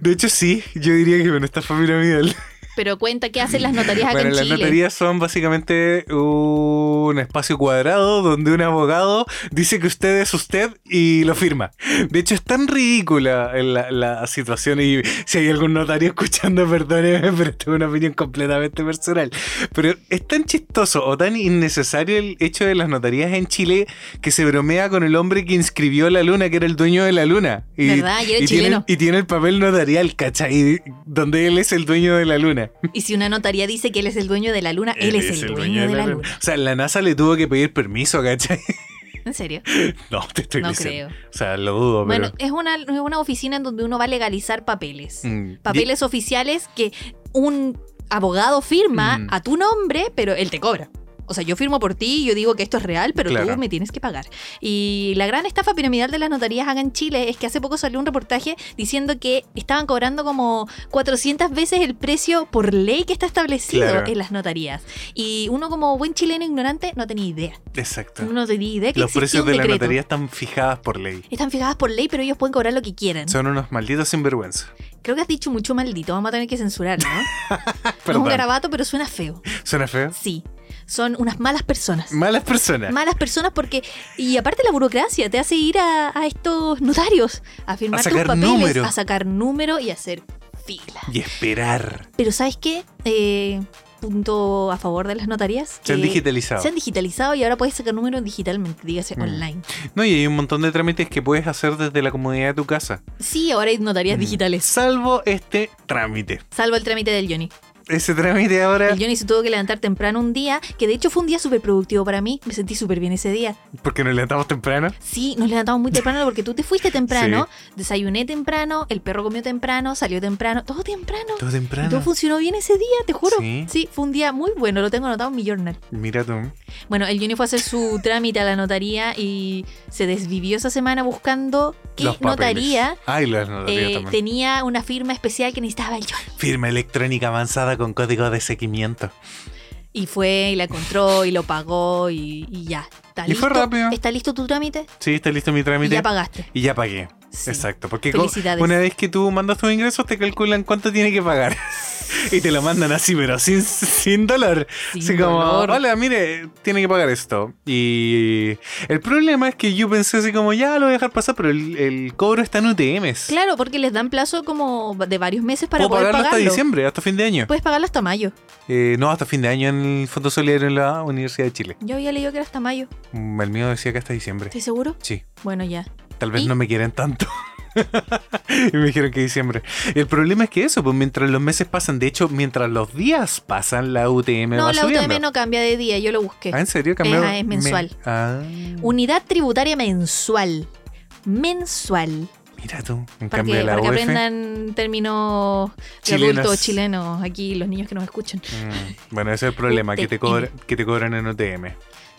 B: De hecho, sí, yo diría que es una estafa piramidal.
A: pero cuenta qué hacen las notarías acá
B: Bueno,
A: en
B: las
A: Chile.
B: notarías son básicamente un espacio cuadrado donde un abogado dice que usted es usted y lo firma. De hecho, es tan ridícula la, la situación y si hay algún notario escuchando, perdóneme, pero esto es una opinión completamente personal. Pero es tan chistoso o tan innecesario el hecho de las notarías en Chile que se bromea con el hombre que inscribió la luna, que era el dueño de la luna. Y,
A: ¿Verdad? Y era
B: y tiene,
A: chileno.
B: y tiene el papel notarial, ¿cachai? Donde él es el dueño de la luna.
A: Y si una notaría dice que él es el dueño de la luna, él, es, el, dueño, de la luna.
B: O sea, la NASA le tuvo que pedir permiso, ¿cachai?
A: ¿En serio?
B: No, te estoy
A: No
B: diciendo.
A: creo.
B: O sea, lo dudo,
A: Bueno,
B: pero.
A: es una, es una oficina en donde uno va a legalizar papeles.
B: Mm,
A: Papeles oficiales que un abogado firma
B: Mm.
A: a tu nombre, pero él te cobra. O sea, yo firmo por ti, yo digo que esto es real, pero
B: Claro.
A: tú me tienes que pagar. Y la gran estafa piramidal de las notarías acá en Chile es que hace poco salió un reportaje diciendo que estaban cobrando como 400 veces el precio por ley que está establecido
B: Claro.
A: en las notarías. Y uno como buen chileno ignorante no tenía idea.
B: di- Exacto.
A: No tenía idea que
B: Ah. Los
A: existía
B: precios
A: un
B: de la
A: decreto.
B: notaría están fijadas por ley.
A: Están fijadas por ley, pero ellos pueden cobrar lo que quieran.
B: Son unos malditos sinvergüenza.
A: Creo que has dicho mucho maldito, vamos a tener que censurarlo, ¿no? No es un
B: Perdón.
A: garabato, pero suena feo.
B: ¿Suena feo?
A: Sí, son unas malas personas.
B: Malas personas.
A: Malas personas porque. Y aparte la burocracia te hace ir a, a estos notarios a firmar
B: A
A: tus
B: sacar
A: papeles,
B: número.
A: a sacar número y a hacer fila.
B: y esperar.
A: Pero ¿sabes qué? Eh, punto a favor de las notarías.
B: Se han
A: que
B: digitalizado.
A: Eh, Se han digitalizado y ahora puedes sacar números digitalmente, dígase
B: Mm.
A: online.
B: No, y hay un montón de trámites que puedes hacer desde la comodidad de tu casa.
A: Sí, ahora hay notarías
B: Mm.
A: digitales.
B: Salvo este trámite.
A: Salvo el trámite del Johnny.
B: Ese trámite ahora.
A: El Johnny se tuvo que levantar temprano un día, que de hecho fue un día súper productivo para mí. Me sentí súper bien ese día.
B: Porque nos levantamos temprano.
A: Sí, nos levantamos muy temprano porque tú te fuiste temprano, desayuné temprano, el perro comió temprano, salió temprano, todo temprano.
B: Todo
A: Y Todo
B: temprano.
A: funcionó bien ese día, te juro.
B: Sí.
A: fue un día muy bueno, lo tengo anotado en mi journal.
B: Mira tú.
A: Bueno, el Juni fue a hacer su trámite a la notaría y se desvivió esa semana buscando qué
B: Los papeles.
A: notaría
B: Ay, las notarías
A: eh,
B: también.
A: tenía una firma especial que necesitaba el Johnny.
B: Firma electrónica avanzada con código de seguimiento.
A: Y fue y la encontró y lo pagó y, y ya. ¿Está
B: Y fue
A: listo?
B: rápido.
A: ¿Está listo tu trámite?
B: Sí, está listo mi
A: Y
B: trámite.
A: ya pagaste.
B: Y ya pagué.
A: Sí.
B: Exacto. Porque co-
A: Felicidades.
B: una vez que tú mandas tus ingresos, te calculan cuánto tiene que pagar. y te lo mandan así, pero sin, sin dolor.
A: Sin
B: así como,
A: dolor.
B: hola, mire, tiene que pagar esto. Y el problema es que yo pensé así como, ya lo voy a dejar pasar, pero el, el cobro está en UTMs.
A: Claro, porque les dan plazo como de varios meses para
B: Puedo
A: poder
B: pagarlo,
A: pagarlo. Pues-
B: hasta diciembre, hasta fin de año.
A: Puedes pagarlo hasta mayo.
B: Eh, no, hasta fin de año en el Fondo Solidario en la Universidad de Chile.
A: Yo había leído que era hasta mayo.
B: Mm, El mío decía que hasta diciembre.
A: ¿Estás seguro?
B: sí.
A: Bueno, ya.
B: Tal vez
A: ¿Y?
B: no me quieren tanto. y me dijeron que diciembre. El problema es que eso, pues mientras los meses pasan, de hecho, mientras los días pasan, la UTM
A: no,
B: va
A: la
B: subiendo.
A: UTM no cambia de día, yo lo busqué.
B: Ah, ¿en serio? Cambió.
A: Ajá, es
B: Me-
A: mensual.
B: Ah,
A: Unidad tributaria mensual. Mensual.
B: mira tú, un
A: Para
B: cambio de
A: que,
B: la
A: para que
B: UF.
A: aprendan términos de
B: Chilenos.
A: adultos chilenos aquí, los niños que nos escuchan.
B: Mm, bueno, ese es el problema, que te, cobra- que te cobran en UTM.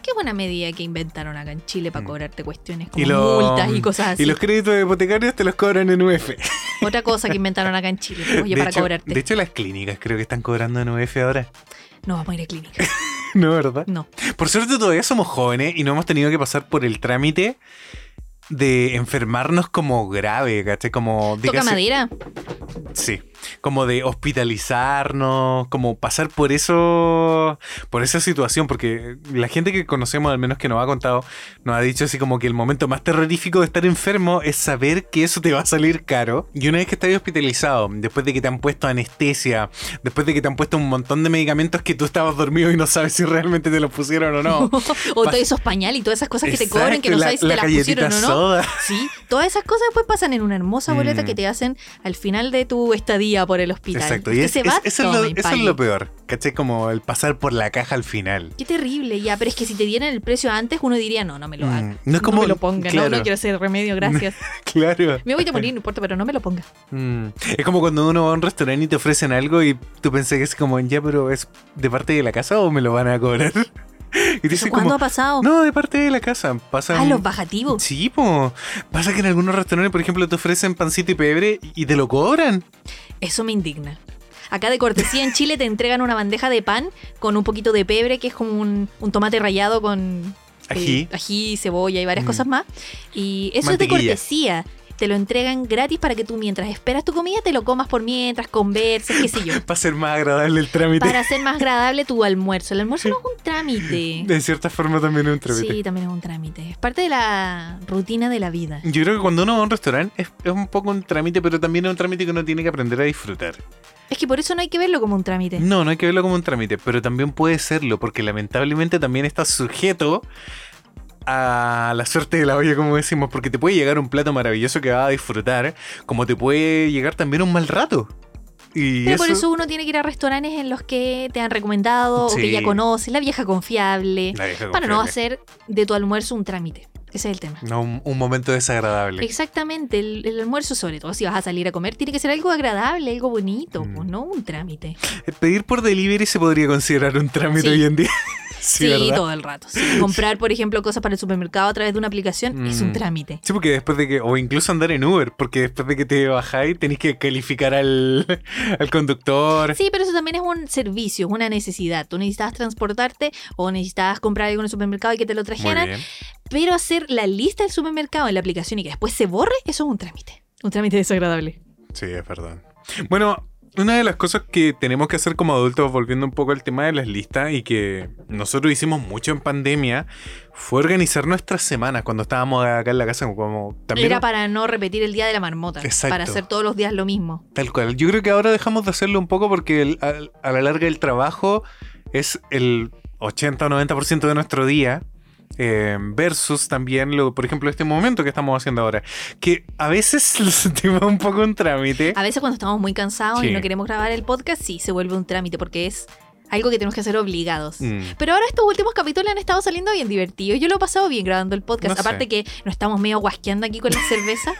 A: Qué buena medida que inventaron acá en Chile para
B: Mm.
A: cobrarte cuestiones como
B: lo-
A: multas y cosas así.
B: Y los créditos hipotecarios te los cobran en UF.
A: Otra cosa que inventaron acá en Chile. Oye,
B: de,
A: para
B: hecho,
A: cobrarte.
B: de hecho, las clínicas creo que están cobrando en UF ahora.
A: No vamos a ir a clínica.
B: ¿No, verdad?
A: No.
B: Por suerte todavía somos jóvenes y no hemos tenido que pasar por el trámite de enfermarnos como grave, ¿cachai? Como,
A: Toca
B: dígase-
A: madera.
B: Sí, como de hospitalizarnos, como pasar por eso, por esa situación, porque la gente que conocemos, al menos que nos ha contado, nos ha dicho así como que el momento más terrorífico de estar enfermo es saber que eso te va a salir caro. Y una vez que estás hospitalizado, después de que te han puesto anestesia, después de que te han puesto un montón de medicamentos que tú estabas dormido y no sabes si realmente te los pusieron o no.
A: O
B: Pas-
A: todos esos pañales y todas esas cosas que te
B: Exacto,
A: cobran que no
B: la-
A: sabes si te
B: la
A: las
B: galletita
A: pusieron o no.
B: soda.
A: Sí, todas esas cosas después pasan en una hermosa boleta
B: Mm.
A: que te hacen al final de tu estadía por el hospital.
B: Exacto, y
A: Usted
B: es,
A: se
B: es-
A: va,
B: eso, es lo,
A: tome,
B: eso es
A: pali.
B: lo peor, ¿cachai? Como el pasar por la caja al final.
A: Qué terrible, ya, pero es que si te dieran el precio antes, uno diría, no, no me lo haga.
B: Mm, no es como-
A: me lo ponga, no,
B: claro.
A: no quiero hacer remedio, gracias.
B: Claro.
A: Me voy a morir, no importa, pero no me lo ponga.
B: Mm. Es como cuando uno va a un restaurante y te ofrecen algo y tú pensás que es como, ya, pero ¿es de parte de la casa o me lo van a cobrar? Y te
A: ¿Eso
B: dicen
A: cuándo
B: como,
A: ha pasado?
B: no, de parte de la casa. Pasan,
A: Ah, los bajativos.
B: Sí, po. Pasa que en algunos restaurantes, por ejemplo, te ofrecen pancito y pebre y te lo cobran.
A: Eso me indigna. Acá de cortesía en Chile te entregan una bandeja de pan con un poquito de pebre, que es como un, un tomate rallado con eh,
B: Ají.
A: ají, cebolla y varias
B: Mm.
A: cosas más. Y eso es de
B: Mantequilla.
A: cortesía. Te lo entregan gratis para que tú mientras esperas tu comida te lo comas por mientras, converses, qué sé yo.
B: Para ser más agradable el trámite.
A: Para hacer más agradable tu almuerzo. El almuerzo no es un trámite.
B: De cierta forma también es un trámite.
A: Sí, también es un trámite. Es parte de la rutina de la vida.
B: Yo creo que cuando uno va a un restaurante es, es un poco un trámite, pero también es un trámite que uno tiene que aprender a disfrutar.
A: Es que por eso no hay que verlo como un trámite.
B: No, no hay que verlo como un trámite, pero también puede serlo, porque lamentablemente también está sujeto a la suerte de la olla, como decimos, porque te puede llegar un plato maravilloso que vas a disfrutar, como te puede llegar también un mal rato. Y
A: Pero por eso uno tiene que ir a restaurantes en los que te han recomendado o que
B: Sí.
A: ya conoces, la vieja confiable,
B: la vieja
A: para no
B: confiable.
A: hacer de tu almuerzo un trámite. Ese es el tema.
B: No, un, un momento desagradable.
A: Exactamente, el, el almuerzo sobre todo, si vas a salir a comer, tiene que ser algo agradable, algo bonito,
B: Mm.
A: pues, no un trámite.
B: Pedir por delivery se podría considerar un trámite
A: Sí.
B: hoy en día. sí, ¿verdad?
A: todo el rato. sí. Comprar, por ejemplo, cosas para el supermercado a través de una aplicación es un
B: Mm.
A: trámite.
B: Sí, porque después de que, o incluso andar en Uber, porque después de que te bajáis tenés que calificar al, al conductor.
A: Sí, pero eso también es un servicio, es una necesidad. Tú necesitabas transportarte o necesitabas comprar algo en el supermercado y que te lo
B: Muy
A: trajeran.
B: bien.
A: Pero hacer la lista del supermercado en la aplicación y que después se borre, eso es un trámite. Un trámite desagradable.
B: Sí, es verdad. Bueno, una de las cosas que tenemos que hacer como adultos, volviendo un poco al tema de las listas y que nosotros hicimos mucho en pandemia, fue organizar nuestras semanas cuando estábamos acá en la casa. Como también
A: Era para no repetir el día de la marmota.
B: Exacto.
A: Para hacer todos los días lo mismo.
B: Tal cual. Yo creo que ahora dejamos de hacerlo un poco porque el- al- a, la larga el trabajo es el 80 o 90% de nuestro día. eh, versus también, lo, por ejemplo, este momento que estamos haciendo ahora. Que a veces lo sentimos un poco un trámite.
A: A veces cuando estamos muy cansados y
B: Sí.
A: no queremos grabar el podcast, sí, se vuelve un trámite porque es algo que tenemos que hacer obligados.
B: Mm.
A: Pero ahora estos últimos capítulos han estado saliendo bien divertidos. Yo lo he pasado bien grabando el podcast.
B: No sé.
A: Aparte que nos estamos medio guasqueando aquí con la cerveza.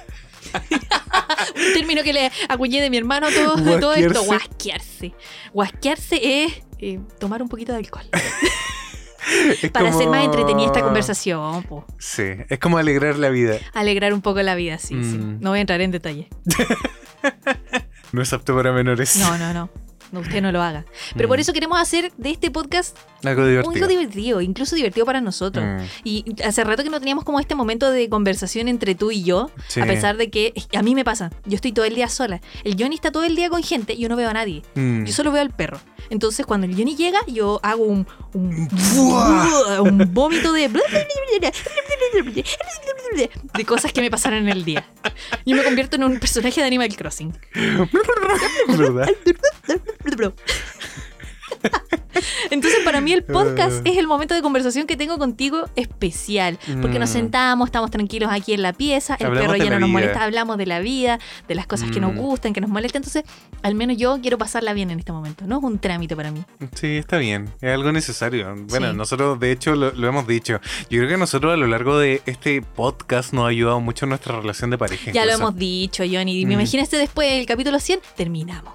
A: Un término que le acuñé de mi hermano todo, de todo esto. Guasquearse. Guasquearse es eh, tomar un poquito de alcohol.
B: Es
A: Para hacer más
B: como-
A: entretenida esta conversación. po.
B: Sí, es como alegrar la vida.
A: Alegrar un poco la vida, sí, sí.
B: Mm.
A: No voy a entrar en detalle.
B: No es apto para menores.
A: No, no, no. No, usted no lo haga. Pero por
B: Mm.
A: eso queremos hacer de este podcast
B: Algo divertido.
A: algo divertido, incluso divertido para nosotros.
B: Mm,
A: Y hace rato que no teníamos como este momento de conversación entre tú y yo,
B: sí.
A: a pesar de que a mí me pasa, yo estoy todo el día sola. El Johnny está todo el día con gente y yo no veo a nadie.
B: Mm.
A: Yo solo veo al perro. Entonces cuando el Johnny llega, yo hago un un,
B: Buah.
A: un vómito de de cosas que me pasaron en el día. Yo me convierto en un personaje de Animal Crossing.
B: ¿Verdad?
A: Entonces para mí el podcast
B: Eh.
A: es el momento de conversación que tengo contigo especial, porque nos
B: Mm.
A: sentamos, estamos tranquilos aquí en la pieza, el
B: Hablamos
A: perro
B: de
A: ya
B: la
A: no nos
B: vida.
A: molesta, hablamos de la vida, de las cosas que nos
B: Mm.
A: gustan, que nos molestan, entonces al menos yo quiero pasarla bien en este momento, no es un trámite para mí.
B: Sí, está bien. Es algo necesario. Bueno,
A: Sí.
B: nosotros de hecho lo, lo hemos dicho. Yo creo que nosotros a lo largo de este podcast nos ha ayudado mucho nuestra relación de pareja.
A: Ya lo
B: incluso.
A: hemos dicho, Johnny,
B: Mm.
A: imagínate este después del capítulo 100, terminamos.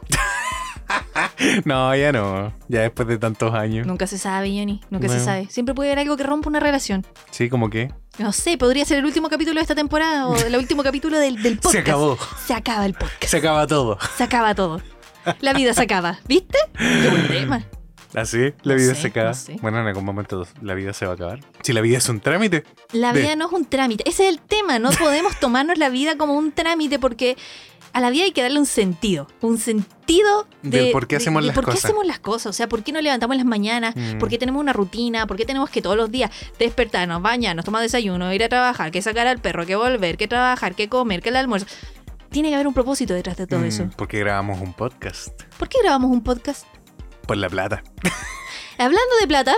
B: No, ya no. Ya después de tantos años.
A: Nunca se sabe, Johnny, nunca se
B: Bueno.
A: sabe. Siempre puede haber algo que rompa una relación.
B: Sí, como que.
A: No sé, podría ser el último capítulo de esta temporada o el último capítulo del, del podcast.
B: Se acabó.
A: Se acaba el podcast.
B: Se acaba todo.
A: Se acaba todo. La vida se acaba. ¿Viste? Qué buen tema.
B: Así, la
A: No
B: vida
A: sé,
B: se acaba.
A: no sé.
B: Bueno, en algún momento la vida se va a acabar. Si la vida es un trámite,
A: La
B: Ve.
A: vida no es un trámite. Ese es el tema. No podemos tomarnos la vida como un trámite porque a la vida hay que darle un sentido. Un sentido de,
B: Del por qué hacemos las
A: por qué
B: cosas.
A: hacemos las cosas. O sea, por qué nos levantamos en las mañanas,
B: Mm.
A: por qué tenemos una rutina, por qué tenemos que todos los días despertarnos, bañarnos, tomar desayuno, ir a trabajar, que sacar al perro, que volver, que trabajar, que comer, que el almuerzo. Tiene que haber un propósito detrás de todo
B: mm,
A: eso.
B: ¿por qué grabamos un podcast?
A: ¿Por qué grabamos un podcast?
B: Por la plata.
A: Hablando de plata,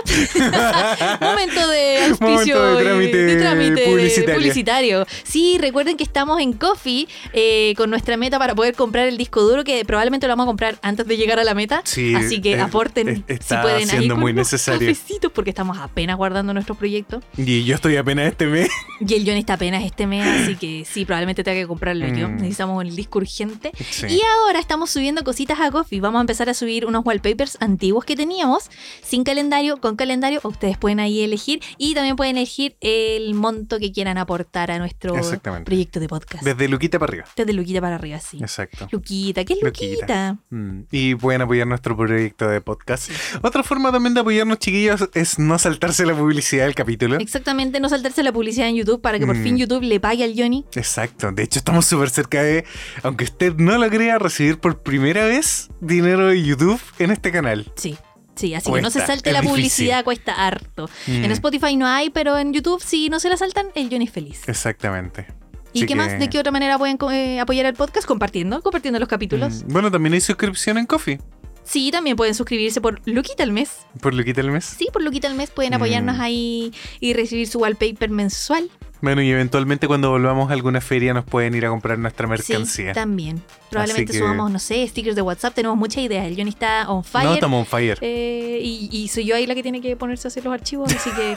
A: momento de auspicio
B: Momento
A: y-
B: de trámite
A: de trámite de-
B: publicitario.
A: publicitario. Sí, recuerden que estamos en Coffee eh, con nuestra meta para poder comprar el disco duro que probablemente lo vamos a comprar antes de llegar a la meta.
B: Sí, eh,
A: Así que
B: es-
A: aporten
B: es-
A: si
B: está
A: pueden ahí
B: siendo
A: con
B: muy
A: unos
B: necesario.
A: cafecitos, porque estamos apenas guardando nuestro proyecto
B: Y yo estoy apenas este mes.
A: y el John está apenas este mes, así que sí, probablemente tenga que comprarlo yo.
B: Mm.
A: Necesitamos el disco urgente.
B: Sí.
A: Y ahora estamos subiendo cositas a Coffee. Vamos a empezar a subir unos wallpapers antiguos que teníamos, sin calendario, con calendario. Ustedes pueden ahí elegir y también pueden elegir el monto que quieran aportar a nuestro
B: Exactamente.
A: proyecto de podcast.
B: Desde Luquita para arriba.
A: Desde Luquita para arriba, sí.
B: Exacto.
A: Luquita, ¿qué es
B: Luquita.
A: Luquita?
B: Mm, Y pueden apoyar nuestro proyecto de podcast. Otra forma también de apoyarnos, chiquillos, es no saltarse la publicidad del capítulo.
A: Exactamente, no saltarse la publicidad en YouTube para que por
B: Mm.
A: fin YouTube le pague al Johnny.
B: Exacto. De hecho, estamos súper cerca de, aunque usted no lo crea, recibir por primera vez dinero de YouTube en este canal.
A: Sí. Sí, así que no se
B: Cuesta,
A: salte
B: es
A: la
B: difícil.
A: publicidad, cuesta harto.
B: Mm,
A: En Spotify no hay, pero en YouTube, si no se la saltan, el Johnny es feliz.
B: Exactamente.
A: ¿Y
B: Así
A: qué más?
B: que-
A: ¿De qué otra manera pueden co- eh, apoyar el podcast? Compartiendo, compartiendo los capítulos.
B: Mm, Bueno, también hay suscripción en Coffee.
A: Sí, también pueden suscribirse por Luquita al mes.
B: Por Luquita el mes.
A: Sí, por Luquita al mes pueden apoyarnos
B: Mm.
A: ahí y recibir su wallpaper mensual.
B: Bueno, y eventualmente cuando volvamos a alguna feria nos pueden ir a comprar nuestra mercancía.
A: Sí, también. Probablemente
B: que-
A: subamos, no sé, stickers de WhatsApp. Tenemos muchas ideas. El Johnny está on
B: No,
A: fire.
B: estamos on fire.
A: eh, y, y soy yo ahí la que tiene que ponerse a hacer los archivos, así que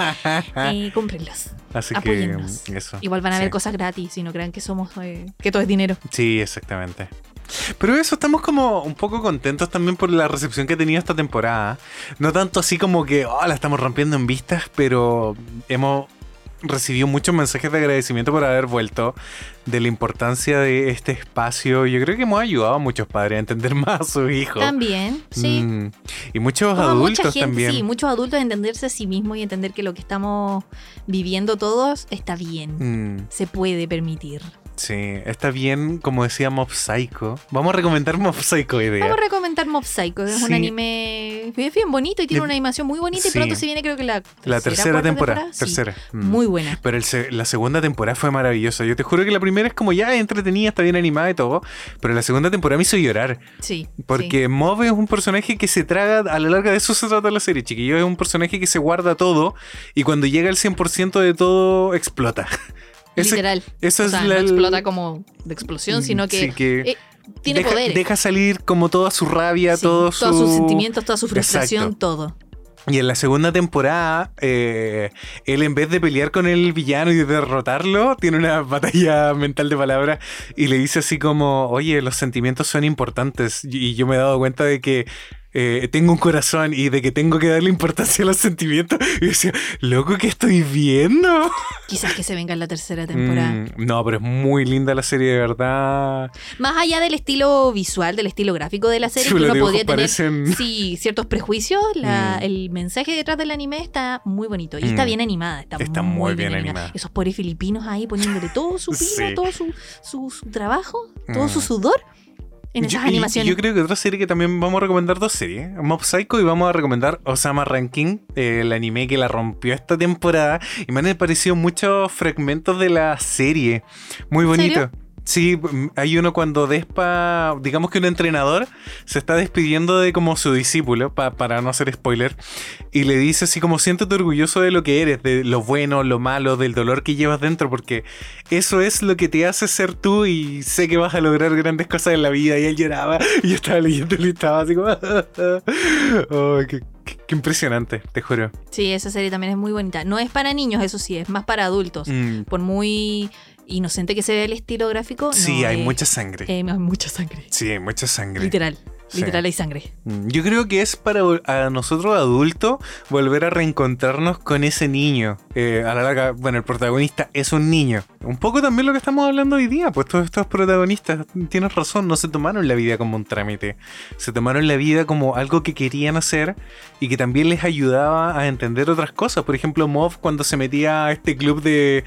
A: eh, cómprenlos.
B: Así que
A: apóyennos.
B: mm, eso.
A: Igual van a ver
B: Ah. Sí.
A: cosas gratis y no crean que somos eh, que todo es dinero.
B: Sí, exactamente. Pero eso, estamos como un poco contentos también por la recepción que ha tenido esta temporada. No tanto así como que oh, la estamos rompiendo en vistas, pero hemos recibido muchos mensajes de agradecimiento por haber vuelto, de la importancia de este espacio. Yo creo que hemos ayudado a muchos padres a entender más a sus hijos.
A: También, sí.
B: Mm. Y muchos
A: Como a
B: adultos
A: mucha gente,
B: también.
A: Sí, muchos adultos entenderse a sí mismos y entender que lo que estamos viviendo todos está bien.
B: Mm,
A: Se puede permitir.
B: sí, está bien, como decía Mob Psycho. Vamos a recomendar Mob Psycho idea.
A: Vamos a recomendar Mob Psycho, que es un
B: Sí.
A: anime que es bien bonito y tiene
B: De-
A: una animación muy bonita y
B: Sí.
A: pronto se viene creo que la tercera,
B: la tercera
A: cuarta
B: temporada.
A: sí.
B: Tercera. Mm.
A: Muy buena.
B: Pero el se- la segunda temporada fue maravillosa. Yo te juro que la primera es como ya entretenida, está bien animada y todo. Pero la segunda temporada me hizo llorar.
A: Sí. sí.
B: Porque Mob es un personaje que se traga, a la larga de eso se trata la serie, chiquillo. Es un personaje que se guarda todo y cuando llega al 100% de todo, explota. Ese-
A: literal.
B: Esa
A: O
B: es
A: sea,
B: la. Mm,
A: no explota como de explosión, sino que
B: Sí, que
A: eh, tiene
B: deja,
A: poderes.
B: deja salir como toda su rabia,
A: Sí,
B: todo su.
A: todos sus sentimientos, toda su frustración,
B: Exacto.
A: todo.
B: Y en la segunda temporada, eh, él en vez de pelear con el villano y derrotarlo, tiene una batalla mental de palabras y le dice así como, oye, los sentimientos son importantes. Y y yo me he dado cuenta de que eh, tengo un corazón y de que tengo que darle importancia a los sentimientos. Y yo decía, loco, ¿qué estoy viendo?
A: Quizás que se venga en la tercera temporada.
B: Mm, no, pero es muy linda la serie, de verdad.
A: Más allá del estilo visual, del estilo gráfico de la serie,
B: Sí,
A: que
B: los
A: uno
B: dibujos
A: podía tener
B: parecen-
A: sí, ciertos prejuicios, la-
B: Mm.
A: el mensaje detrás del anime está muy bonito. Y está
B: Mm.
A: bien animada. Está,
B: Está
A: muy,
B: muy
A: bien,
B: bien
A: animada.
B: animada.
A: Esos pobres filipinos ahí poniéndole todo su pino,
B: Sí.
A: todo su, su, su trabajo, todo
B: Mm.
A: su sudor en
B: Yo-
A: esas
B: y-
A: animaciones.
B: Yo creo que otra serie que también vamos a recomendar dos series, ¿eh? Mob Psycho y vamos a recomendar Osama Ranking, eh, el anime que la rompió esta temporada y me han aparecido muchos fragmentos de la serie, muy bonito.
A: serio?
B: Sí, mm, hay uno cuando Despa, digamos que un entrenador se está despidiendo de como su discípulo, pa- para no hacer spoiler, y le dice así como siéntate orgulloso de lo que eres, de lo bueno, lo malo, del dolor que llevas dentro, porque eso es lo que te hace ser tú y sé que vas a lograr grandes cosas en la vida. Y él lloraba y yo estaba leyendo y estaba así como... Oh, qué, qué- qué impresionante, te juro.
A: Sí, esa serie también es muy bonita. No es para niños, eso sí, es más para adultos.
B: Mm,
A: Por muy inocente que se vea el estilo gráfico,
B: sí,
A: no
B: hay
A: es-
B: mucha sangre.
A: eh, hay mucha sangre.
B: Sí, hay mucha sangre.
A: Literal.
B: Sí.
A: Literal hay sangre.
B: Mm, Yo creo que es para vol- a nosotros adultos volver a reencontrarnos con ese niño. Eh, a la larga, bueno, el protagonista es un niño. Un poco también lo que estamos hablando hoy día, pues todos estos protagonistas, tienes razón, no se tomaron la vida como un trámite. Se tomaron la vida como algo que querían hacer y que también les ayudaba a entender otras cosas. Por ejemplo, Mov cuando se metía a este club de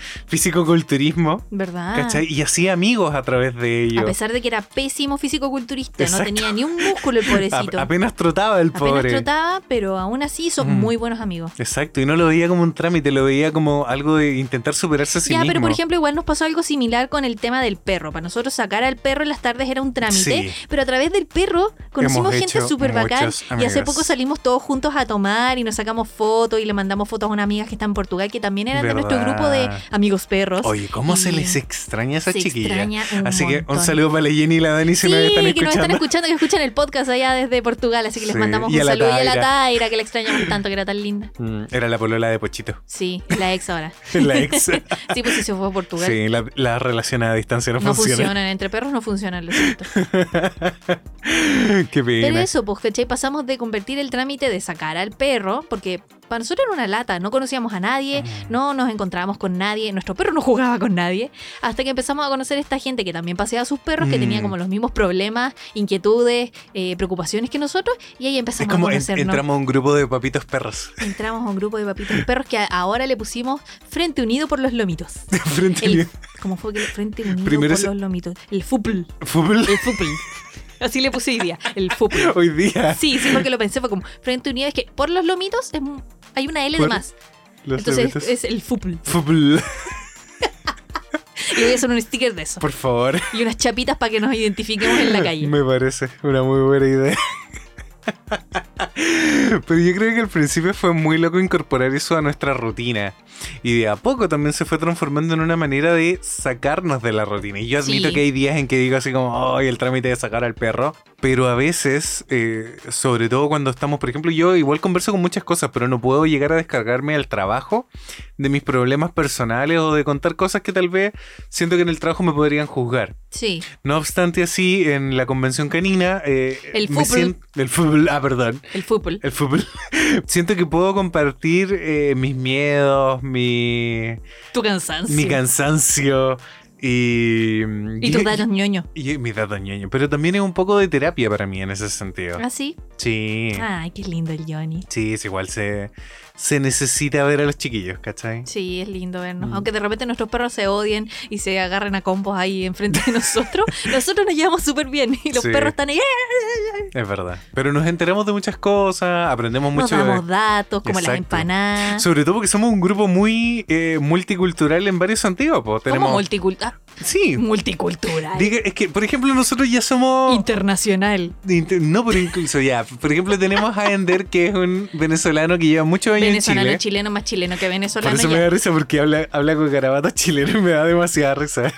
B: físico-culturismo,
A: ¿Verdad?
B: ¿cachai? Y hacía amigos a través de
A: Ah. A
B: ello.
A: pesar de que era pésimo físico-culturista, no
B: Exacto.
A: tenía ni un músculo el pobrecito.
B: A- apenas trotaba el pobre.
A: Apenas trotaba, pero aún así son
B: Mm.
A: muy buenos amigos.
B: Exacto, y no lo veía como un trámite, lo veía como algo de intentar superarse a sí
A: ya,
B: mismo.
A: pero por ejemplo, igual nos pasó algo similar con el tema del perro. Para nosotros sacar al perro en las tardes era un trámite,
B: Sí.
A: pero a través del perro conocimos
B: Hemos
A: gente
B: hecho
A: súper bacán.
B: muchos
A: Y hace
B: amigos.
A: poco salimos todos juntos a tomar y nos sacamos fotos y le mandamos fotos a una amiga que está en Portugal, que también eran de nuestro
B: ¿Verdad?
A: grupo de amigos perros.
B: Oye, ¿cómo se
A: Y-
B: les extraña a esa
A: Se
B: chiquilla?
A: extraña un
B: Así que un
A: montón.
B: saludo para la Jenny y la Dani si
A: sí,
B: nos
A: que
B: están
A: nos están
B: escuchando.
A: escuchando, que escuchan el podcast allá desde Portugal, así que les
B: Sí,
A: mandamos
B: y
A: un
B: a la
A: saludo y a la
B: Taira.
A: Taira, que la extrañamos tanto, que era tan linda.
B: Mm, Era la polola de Pochito,
A: Sí, la ex ahora.
B: la ex.
A: Sí, pues si se fue a Portugal.
B: sí, la, la relación a distancia no,
A: no funcionan, entre perros no funcionan, lo siento.
B: Qué pena.
A: Pero eso, pues, ¿cachai? Pasamos de convertir el trámite de sacar al perro, porque para nosotros era una lata, no conocíamos a nadie,
B: Mm.
A: no nos encontrábamos con nadie, nuestro perro no jugaba con nadie, hasta que empezamos a conocer esta gente que también paseaba a sus perros, que tenía
B: Mm.
A: como los mismos problemas, inquietudes, eh, preocupaciones que nosotros, y ahí
B: es
A: empezamos a
B: como en-
A: conocernos.
B: entramos a un grupo de papitos perros.
A: Entramos a un grupo de papitos perros que a- ahora le pusimos Frente Unido por los Lomitos.
B: Frente
A: El-
B: al
A: ¿Cómo fue que el Frente Unido
B: Primero
A: por
B: se-
A: los Lomitos? El FUPL.
B: fútbol
A: El FUPL. Así le puse hoy día. El FUPL.
B: hoy día.
A: Sí, sí, porque lo pensé, fue como Frente Unido. Es que por los Lomitos es un- hay una L de
B: Por-
A: más.
B: Los
A: Entonces
B: lobitos.
A: es el FUPL.
B: Fútbol,
A: Y voy a hacer un sticker de eso.
B: por favor.
A: Y unas chapitas para que nos identifiquemos en la calle.
B: Me parece una muy buena idea. Pero yo creo que al principio fue muy loco incorporar eso a nuestra rutina. Y de a poco también se fue transformando en una manera de sacarnos de la rutina. Y yo admito
A: Sí.
B: que hay días en que digo así como, ¡ay, el trámite de sacar al perro! Pero a veces, eh, sobre todo cuando estamos, por ejemplo, yo igual converso con muchas cosas, pero no puedo llegar a descargarme al trabajo de mis problemas personales o de contar cosas que tal vez siento que en el trabajo me podrían juzgar.
A: Sí.
B: No obstante así, en la convención canina... eh,
A: El fútbol.
B: me sien- El fútbol, ah, perdón.
A: El FUPL.
B: El fútbol. siento que puedo compartir eh, mis miedos, mi,
A: Tu cansancio.
B: mi cansancio y...
A: y tus datos ñoño.
B: y- y mis datos ñoño. Pero también es un poco de terapia para mí en ese sentido.
A: ¿Ah, sí?
B: Sí.
A: Ay, qué lindo el Johnny.
B: Sí, es igual. Se, se necesita ver a los chiquillos, ¿cachai?
A: Sí, es lindo vernos.
B: Mm.
A: Aunque de repente nuestros perros se odien y se agarren a combos ahí enfrente de nosotros, nosotros nos llevamos súper bien y los
B: Sí.
A: perros están ahí. ¡eh!
B: Es verdad. Pero nos enteramos de muchas cosas, aprendemos
A: Nos
B: mucho de...
A: damos datos, como las
B: Exacto.
A: empanadas.
B: Sobre todo porque somos un grupo muy eh, multicultural en varios sentidos. po.
A: Como
B: Tenemos,
A: multicul- ah,
B: sí.
A: multicultural.
B: Diga- es que, por ejemplo, nosotros ya somos...
A: Internacional.
B: Inter- no, pero incluso ya. Por ejemplo, tenemos a Ender, que es un venezolano que lleva muchos años en
A: Venezolano,
B: Chile.
A: chileno, más chileno que
B: Por
A: venezolano.
B: eso me
A: ya.
B: da risa, porque habla, habla con garabatos chilenos y me da demasiada risa.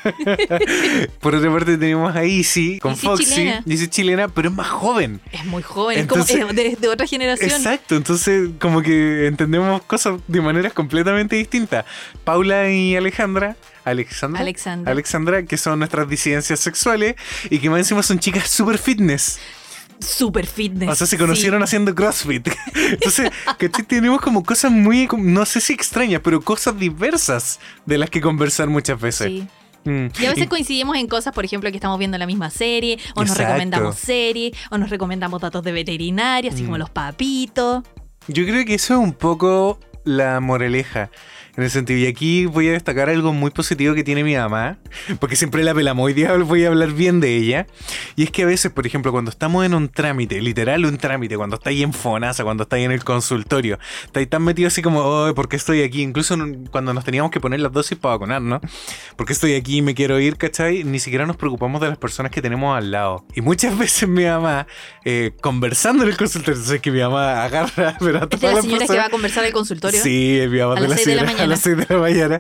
B: Por otra parte, tenemos a Izzy con
A: Izzy
B: Foxy.
A: chilena.
B: Izzy chilena, pero es más joven.
A: Es muy joven, es como
B: Entonces-
A: es de, de otra generación.
B: Exacto, entonces como que entendemos cosas de maneras completamente distintas. Paula y Alejandra, Alexandra,
A: Alexandra.
B: Alexandra, que son nuestras disidencias sexuales y que más encima son chicas super fitness.
A: Super fitness.
B: O sea, se conocieron haciendo CrossFit. Entonces, ¿cachai? tenemos como cosas muy, como- no sé si extrañas, pero cosas diversas de las que conversar muchas
A: Sí,
B: veces.
A: sí.
B: Mm.
A: Y a veces
B: Y-
A: coincidimos en cosas, por ejemplo, que estamos viendo la misma serie, o nos
B: Exacto.
A: recomendamos series, o nos recomendamos datos de veterinaria, así
B: Mm.
A: como los papitos.
B: Yo creo que eso es un poco la moraleja. En el sentido, y aquí voy a destacar algo muy positivo que tiene mi mamá, porque siempre la pelamos, hoy día voy a hablar bien de ella. Y es que a veces, por ejemplo, cuando estamos en un trámite, literal un trámite, cuando estáis en Fonasa, cuando estáis en el consultorio, estáis tan metidos así como, oh, ¿por qué estoy aquí? Incluso en un- cuando nos teníamos que poner las dosis para vacunarnos, ¿por qué estoy aquí? Me quiero ir, ¿cachai? Ni siquiera nos preocupamos de las personas que tenemos al lado. Y muchas veces mi mamá, eh, conversando en el consultorio, entonces que mi mamá agarra, pero a
A: Este Es de las
B: todas las
A: señoras que va
B: personas-
A: a conversar al consultorio.
B: Sí, es mi mamá
A: A
B: de
A: las
B: la
A: seis de la
B: señora,
A: mañana.
B: a las 6 de la mañana.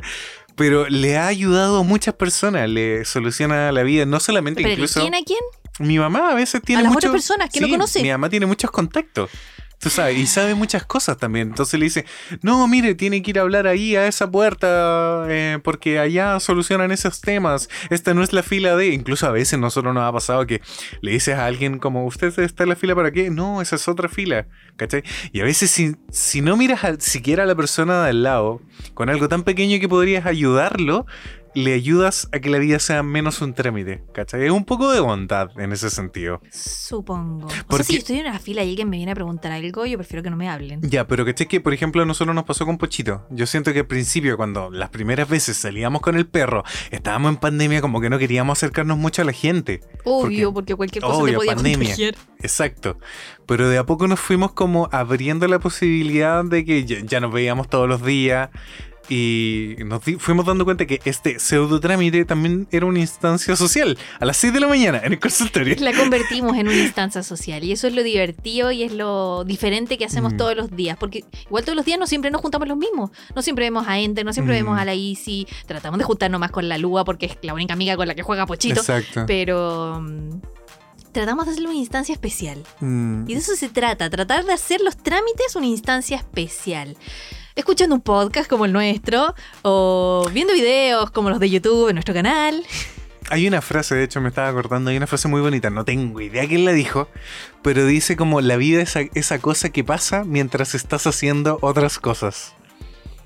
B: Pero le ha ayudado a muchas personas, le soluciona la vida, no solamente
A: Pero
B: incluso...
A: ¿quién a quién?
B: Mi mamá a veces tiene
A: las
B: muchos-
A: otras personas que no
B: Sí,
A: conoce.
B: Mi mamá tiene muchos contactos. Tú sabes, y sabe muchas cosas también. Entonces le dice, no, mire, tiene que ir a hablar ahí a esa puerta eh, porque allá solucionan esos temas. Esta no es la fila de... Incluso a veces nosotros nos ha pasado que le dices a alguien como, ¿usted está en la fila para qué? No, esa es otra fila. ¿Cachai? Y a veces si, si no miras al- siquiera a la persona de al lado, con algo tan pequeño que podrías ayudarlo, le ayudas a que la vida sea menos un trámite. ¿Cachai? Es un poco de bondad en ese sentido.
A: Supongo. O
B: Porque-
A: sea, si yo estoy en una fila y alguien me viene a preguntar algo, yo prefiero que no me hablen.
B: Ya, pero que que, por ejemplo, a nosotros nos pasó con Pochito. Yo siento que al principio, cuando las primeras veces salíamos con el perro, estábamos en pandemia, como que no queríamos acercarnos mucho a la gente.
A: Obvio, porque cualquier cosa
B: Obvio,
A: te podía
B: pandemia.
A: contagiar.
B: Exacto. Pero de a poco nos fuimos como abriendo la posibilidad de que ya, ya nos veíamos todos los días. Y nos di- fuimos dando cuenta que este pseudo trámite también era una instancia social. A las 6 de la mañana, en el consultorio.
A: La convertimos en una instancia social y eso es lo divertido y es lo diferente que hacemos
B: Mm.
A: todos los días, porque igual todos los días no siempre nos juntamos los mismos, no siempre vemos a Enter, no siempre
B: Mm.
A: vemos a la Easy, tratamos de juntarnos más con la Lua porque es la única amiga con la que juega Pochito,
B: Exacto.
A: pero mm, tratamos de hacerlo una instancia especial.
B: Mm.
A: Y de eso se trata, tratar de hacer los trámites una instancia especial. Escuchando un podcast como el nuestro, o viendo videos como los de YouTube en nuestro canal.
B: Hay una frase, de hecho me estaba acordando, hay una frase muy bonita, no tengo idea quién la dijo, pero dice como la vida es a- esa cosa que pasa mientras estás haciendo otras cosas.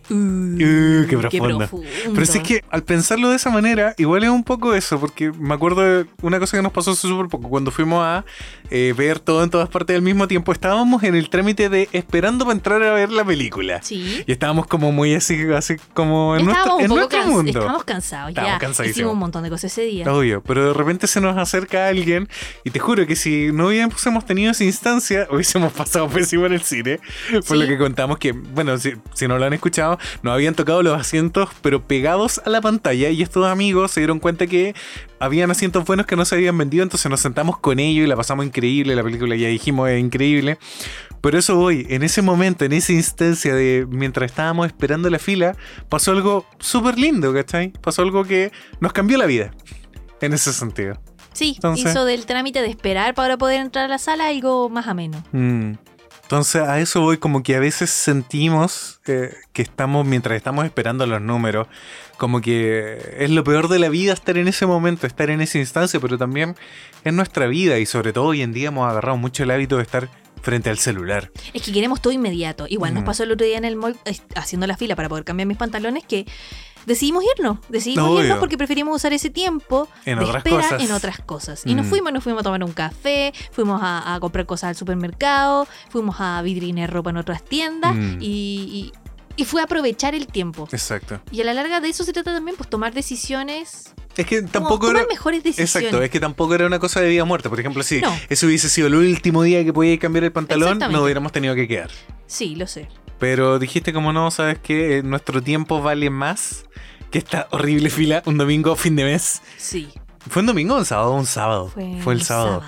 B: Uh, qué profundo. Pero si es que al pensarlo de esa manera, igual es un poco eso, porque me acuerdo de una cosa que nos pasó hace súper poco, cuando fuimos a eh, ver todo en todas partes al mismo tiempo, estábamos en el trámite de esperando para entrar a ver la película.
A: Sí.
B: Y estábamos como muy así, así como en
A: Estábamos
B: nuestro, en
A: un poco
B: nuestro
A: cansados.
B: mundo.
A: Estábamos cansados
B: Estábamos
A: ya.
B: cansadísimos.
A: Hicimos un montón de cosas ese día.
B: Obvio, pero de repente se nos acerca alguien y te juro que si no hubiésemos tenido esa instancia, hubiésemos pasado pésimo en el cine. Por
A: Sí.
B: lo que contamos que, bueno, si, si no lo han escuchado, nos habían tocado los asientos, pero pegados a la pantalla y estos amigos se dieron cuenta que habían asientos buenos que no se habían vendido, entonces nos sentamos con ellos y la pasamos increíble, la película ya dijimos es increíble. Pero eso voy, en ese momento, en esa instancia de mientras estábamos esperando la fila, pasó algo súper lindo, ¿cachai? Pasó algo que nos cambió la vida. En ese sentido.
A: Sí,
B: Entonces-
A: hizo del trámite de esperar para poder entrar a la sala algo más ameno.
B: Mm. Entonces a eso voy, como que a veces sentimos eh, que estamos, mientras estamos esperando los números, como que es lo peor de la vida estar en ese momento, estar en esa instancia, pero también es nuestra vida y sobre todo hoy en día hemos agarrado mucho el hábito de estar frente al celular.
A: Es que queremos todo inmediato. Igual nos
B: Mm.
A: pasó el otro día en el mall eh, haciendo la fila para poder cambiar mis pantalones que decidimos irnos. Decidimos
B: Obvio.
A: irnos porque preferimos usar ese tiempo
B: En
A: de
B: otras
A: espera
B: cosas.
A: en otras cosas. Y nos
B: Mm.
A: fuimos, nos fuimos a tomar un café, fuimos a, a comprar cosas al supermercado, fuimos a vitrinear ropa en otras tiendas
B: Mm.
A: y, y- y fue aprovechar el tiempo.
B: Exacto.
A: Y a la larga de eso se trata también, pues tomar decisiones.
B: Es que
A: como
B: tampoco
A: tomar
B: era...
A: mejores decisiones.
B: Exacto, es que tampoco era una cosa de vida o muerte. Por ejemplo, si
A: No.
B: eso hubiese sido el último día que podía cambiar el pantalón,
A: Exactamente.
B: no hubiéramos tenido que quedar.
A: Sí, lo sé.
B: Pero dijiste como no, sabes que nuestro tiempo vale más que esta horrible fila un domingo fin de mes.
A: Sí.
B: ¿Fue un domingo o un sábado? Un sábado.
A: Fue,
B: Fue, el sábado.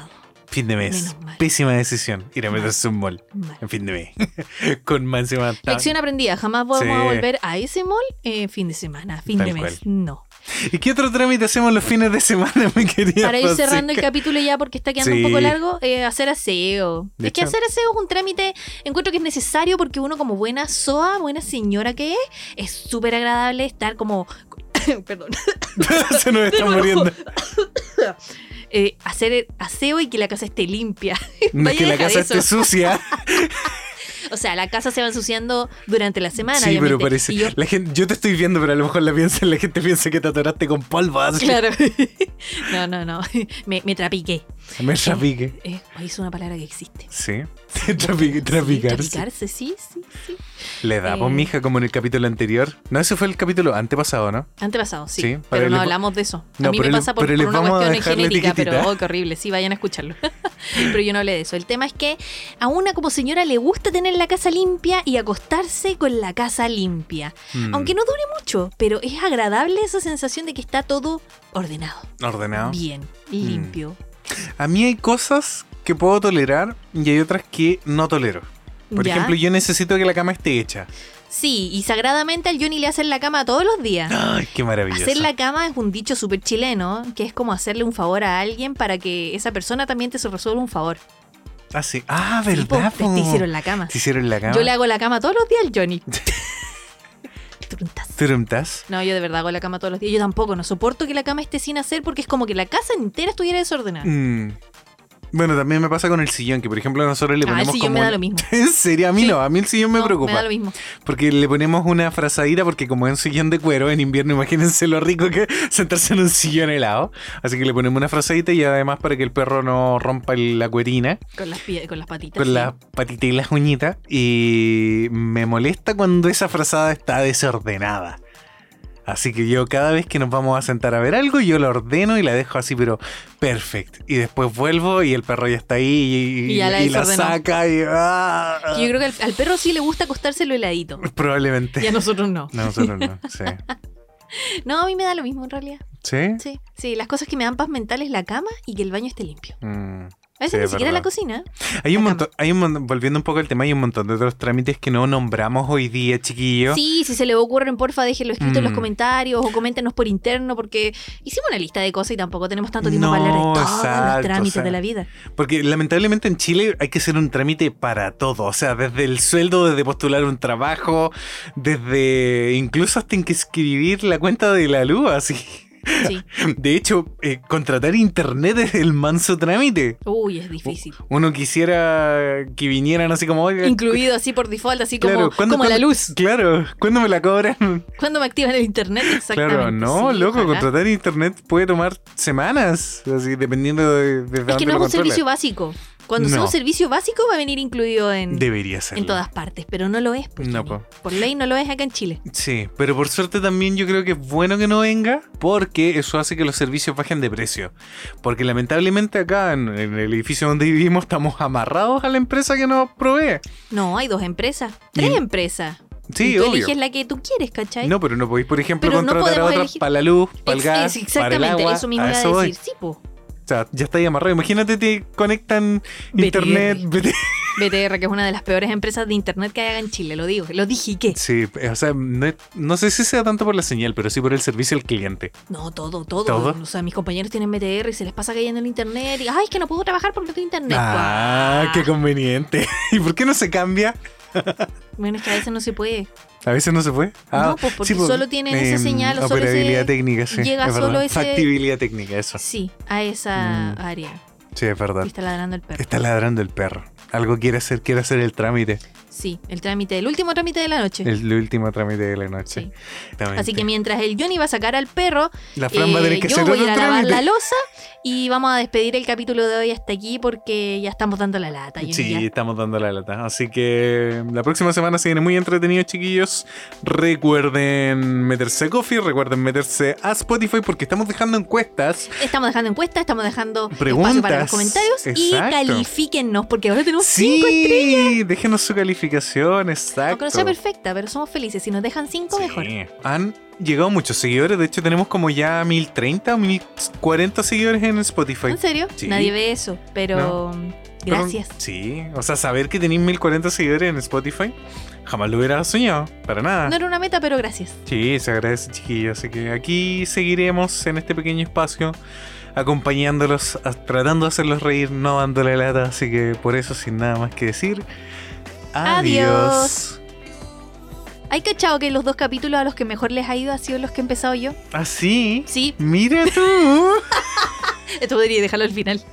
B: Fin de mes.
A: Menos mal.
B: Pésima decisión. Ir a meterse un mall
A: Mal.
B: en fin de mes. Con más encima. tan-
A: Lección aprendida, jamás vamos
B: Sí.
A: a volver a ese mall eh, fin de semana, fin
B: Tal
A: de mes. No.
B: ¿Y qué otro trámite hacemos los fines de semana, mi querida?
A: Para ir
B: Francisca?
A: cerrando el capítulo ya porque está quedando un poco
B: Sí.
A: largo, eh, hacer aseo.
B: De
A: es que
B: hecho-
A: hacer aseo es un trámite, encuentro que es necesario porque uno como buena soa, buena señora que es, es súper agradable estar como... Perdón.
B: Se nos está
A: nuevo.
B: muriendo.
A: Eh, hacer aseo y que la casa esté limpia.
B: No
A: Vaya,
B: es que la
A: deja
B: casa
A: eso.
B: esté sucia.
A: O sea, la casa se va ensuciando durante la semana.
B: Sí, pero
A: obviamente.
B: parece.
A: Y yo-
B: La gente, yo te estoy viendo, pero a lo mejor la, piensa, la gente piensa que te atoraste con polvo. así.
A: Claro. No, no, no. Me, me trapiqué.
B: Me trapique.
A: Eh, oye, es una palabra que existe.
B: Sí. Trapi- trapicarse.
A: Sí, trapicarse, sí, sí, sí.
B: Le da, pues,
A: Eh.
B: mija, como en el capítulo anterior. No, ese fue el capítulo antepasado, ¿no?
A: Antepasado, sí.
B: Sí, pero
A: pero
B: les
A: no
B: va-
A: hablamos de eso.
B: No,
A: a mí
B: pero
A: me
B: les-
A: pasa por,
B: pero
A: por
B: les
A: una
B: vamos a
A: cuestión
B: dejar la
A: genética,
B: etiquetita.
A: pero oh, qué horrible. Sí, vayan a escucharlo. pero yo no hablé de eso. El tema es que a una como señora le gusta tener la casa limpia y acostarse con la casa limpia.
B: Mm.
A: Aunque no dure mucho, pero es agradable esa sensación de que está todo ordenado,
B: no. Mm. Ordenado.
A: bien, limpio.
B: A mí hay cosas que puedo tolerar y hay otras que no tolero. Por
A: ¿Ya?
B: ejemplo, yo necesito que la cama esté hecha.
A: Sí, y sagradamente al Johnny le hacen la cama todos los días.
B: Ay, qué Ah, maravilloso.
A: Ah. Hacer la cama es un dicho súper chileno, que es como hacerle un favor a alguien para que esa persona también te resuelva un favor.
B: Ah, sí. Ah,
A: Sí, po,
B: verdad.
A: te-
B: po.
A: te hicieron la cama.
B: Te hicieron la cama.
A: Yo le hago la cama todos los días al Johnny. Truntas.
B: Turumtas.
A: No, yo de verdad hago la cama todos los días. Yo tampoco, no soporto que la cama esté sin hacer porque es como que la casa entera estuviera desordenada.
B: Mm. Bueno, también me pasa con el sillón, que por ejemplo nosotros le
A: Ah, el
B: ponemos
A: sillón
B: como...
A: me da lo mismo.
B: En serio, a mí
A: Sí.
B: no, a mí el sillón me
A: No,
B: preocupa.
A: Me da lo mismo.
B: Porque le ponemos una frazadita, porque como es un sillón de cuero en invierno, imagínense lo rico que es sentarse en un sillón helado. Así que le ponemos una frazadita y además para que el perro no rompa el- la cuerina
A: Con las, pie- con las patitas.
B: con
A: sí.
B: las patitas y las uñitas. Y me molesta cuando esa frazada está desordenada. Así que yo cada vez que nos vamos a sentar a ver algo, yo la ordeno y la dejo así, pero perfecto. Y después vuelvo y el perro ya está ahí y,
A: Y ya la
B: y la
A: desordenó.
B: saca y... ¡ah!
A: Que Yo creo que al, al perro sí le gusta acostárselo heladito.
B: Probablemente.
A: Y a nosotros no.
B: No, nosotros no. Sí.
A: No, a mí me da lo mismo en realidad.
B: ¿Sí?
A: Sí, sí, las cosas que me dan paz mental es la cama y que el baño esté limpio.
B: Mm.
A: A
B: Sí,
A: veces ni
B: es
A: siquiera
B: verdad.
A: la cocina.
B: Hay un
A: La
B: montón, hay un mon- volviendo un poco al tema, hay un montón de otros trámites que no nombramos hoy día, chiquillos.
A: Sí, si se le ocurren, porfa, déjenlo escrito en los
B: Mm.
A: comentarios o coméntenos por interno porque hicimos una lista de cosas y tampoco tenemos tanto tiempo
B: No,
A: para hablar de todos
B: exacto,
A: los trámites
B: o sea,
A: de la vida.
B: Porque lamentablemente en Chile hay que hacer un trámite para todo. O sea, desde el sueldo, desde postular un trabajo, desde incluso hasta en que escribir la cuenta de la luz, así.
A: Sí.
B: De hecho, eh, contratar internet es el manso trámite.
A: Uy, es difícil.
B: Uno quisiera que vinieran así como, oiga,
A: Incluido así por default, así como,
B: Claro, ¿cuándo-
A: como la
B: cuándo-
A: luz.
B: claro, ¿cuándo me la cobran?
A: ¿Cuándo me activan el internet? Exactamente.
B: Claro, no,
A: sí,
B: loco,
A: ojalá.
B: contratar internet puede tomar semanas, así, dependiendo de, de
A: Es que no es un servicio básico. Cuando sea
B: No.
A: un servicio básico va a venir incluido en,
B: Debería ser.
A: en todas partes, pero no lo es. pues,
B: No,
A: Johnny. Por ley no lo es acá en Chile.
B: Sí, pero por suerte también yo creo que es bueno que no venga porque eso hace que los servicios bajen de precio. Porque lamentablemente acá en, en el edificio donde vivimos estamos amarrados a la empresa que nos provee.
A: No, hay dos empresas. Tres
B: Y-
A: empresas.
B: Sí,
A: y tú
B: obvio.
A: eliges la que tú quieres, ¿cachai?
B: No, pero no podéis, por ejemplo,
A: Pero no
B: contratar a
A: podemos
B: otra
A: elegir-
B: para la luz, para el
A: Ex-
B: gas,
A: es
B: para el
A: exactamente,
B: agua.
A: eso mismo iba a
B: voy.
A: decir. Sí, po.
B: O sea, ya estáis amarrado. Imagínate, te conectan
A: BTR.
B: internet, BTR.
A: BTR, que es una de las peores empresas de internet que hay acá en Chile, lo digo. Lo dije, ¿y qué?
B: Sí, o sea, no, es- no sé si sea tanto por la señal, pero sí por el servicio al cliente.
A: No, todo, todo.
B: ¿Todo?
A: O sea, mis compañeros tienen BTR y se les pasa cayendo el internet. Y, ay, es que no puedo trabajar porque no tengo internet.
B: Ah, qué conveniente. ¿Y por qué no se cambia?
A: Bueno, es que a veces no se puede.
B: A veces no se Ah, puede.
A: No, pues, porque solo tienen esa señal o solo
B: em, Operabilidad
A: ese-
B: técnica, sí.
A: llega
B: es verdad.
A: solo ese-
B: Factibilidad técnica, eso.
A: Sí, a esa
B: Ah. Mm.
A: área.
B: Sí, es verdad.
A: Que está ladrando el perro.
B: Está ladrando el perro. Algo quiere hacer, quiere hacer el trámite.
A: Sí, el trámite, el último trámite de la noche.
B: El, el último trámite de la noche.
A: Sí.
B: Exactamente.
A: Así que mientras el Johnny va a sacar al perro,
B: la Fran va a tener
A: eh,
B: que
A: yo
B: hacer
A: voy a ir
B: otro
A: a lavar la
B: trámite.
A: losa y vamos a despedir el capítulo de hoy hasta aquí porque ya estamos dando la lata. Johnny,
B: Sí,
A: ya.
B: estamos dando la lata. Así que la próxima semana se viene muy entretenido, chiquillos. Recuerden meterse a Coffee, recuerden meterse a Spotify porque estamos dejando encuestas.
A: Estamos dejando encuestas, estamos dejando
B: Preguntas.
A: espacio para los comentarios y
B: Exacto.
A: califíquennos porque ahora tenemos
B: Sí,
A: cinco estrellas.
B: déjenos su calificación, exacto.
A: Aunque no sea perfecta, pero somos felices. Si nos dejan cinco,
B: Sí.
A: mejor.
B: Han llegado muchos seguidores, de hecho tenemos como ya 1030 o 1040 seguidores en Spotify.
A: ¿En serio?
B: Sí.
A: Nadie ve eso, pero
B: Pero-
A: gracias.
B: sí, o sea, saber que tenéis 1040 seguidores en Spotify, jamás lo hubiera soñado, para nada.
A: No era una meta, pero gracias.
B: Sí, se agradece, chiquillos. Así que aquí seguiremos en este pequeño espacio, acompañándolos, a- tratando de hacerlos reír, no dándole lata. Así que por eso, sin nada más que decir,
A: Adiós.
B: adiós.
A: ¿Hay cachado que los dos capítulos a los que mejor les ha ido ha sido los que he empezado yo?
B: Así.
A: Sí,
B: Ah, Mira tú.
A: esto podría dejarlo al final.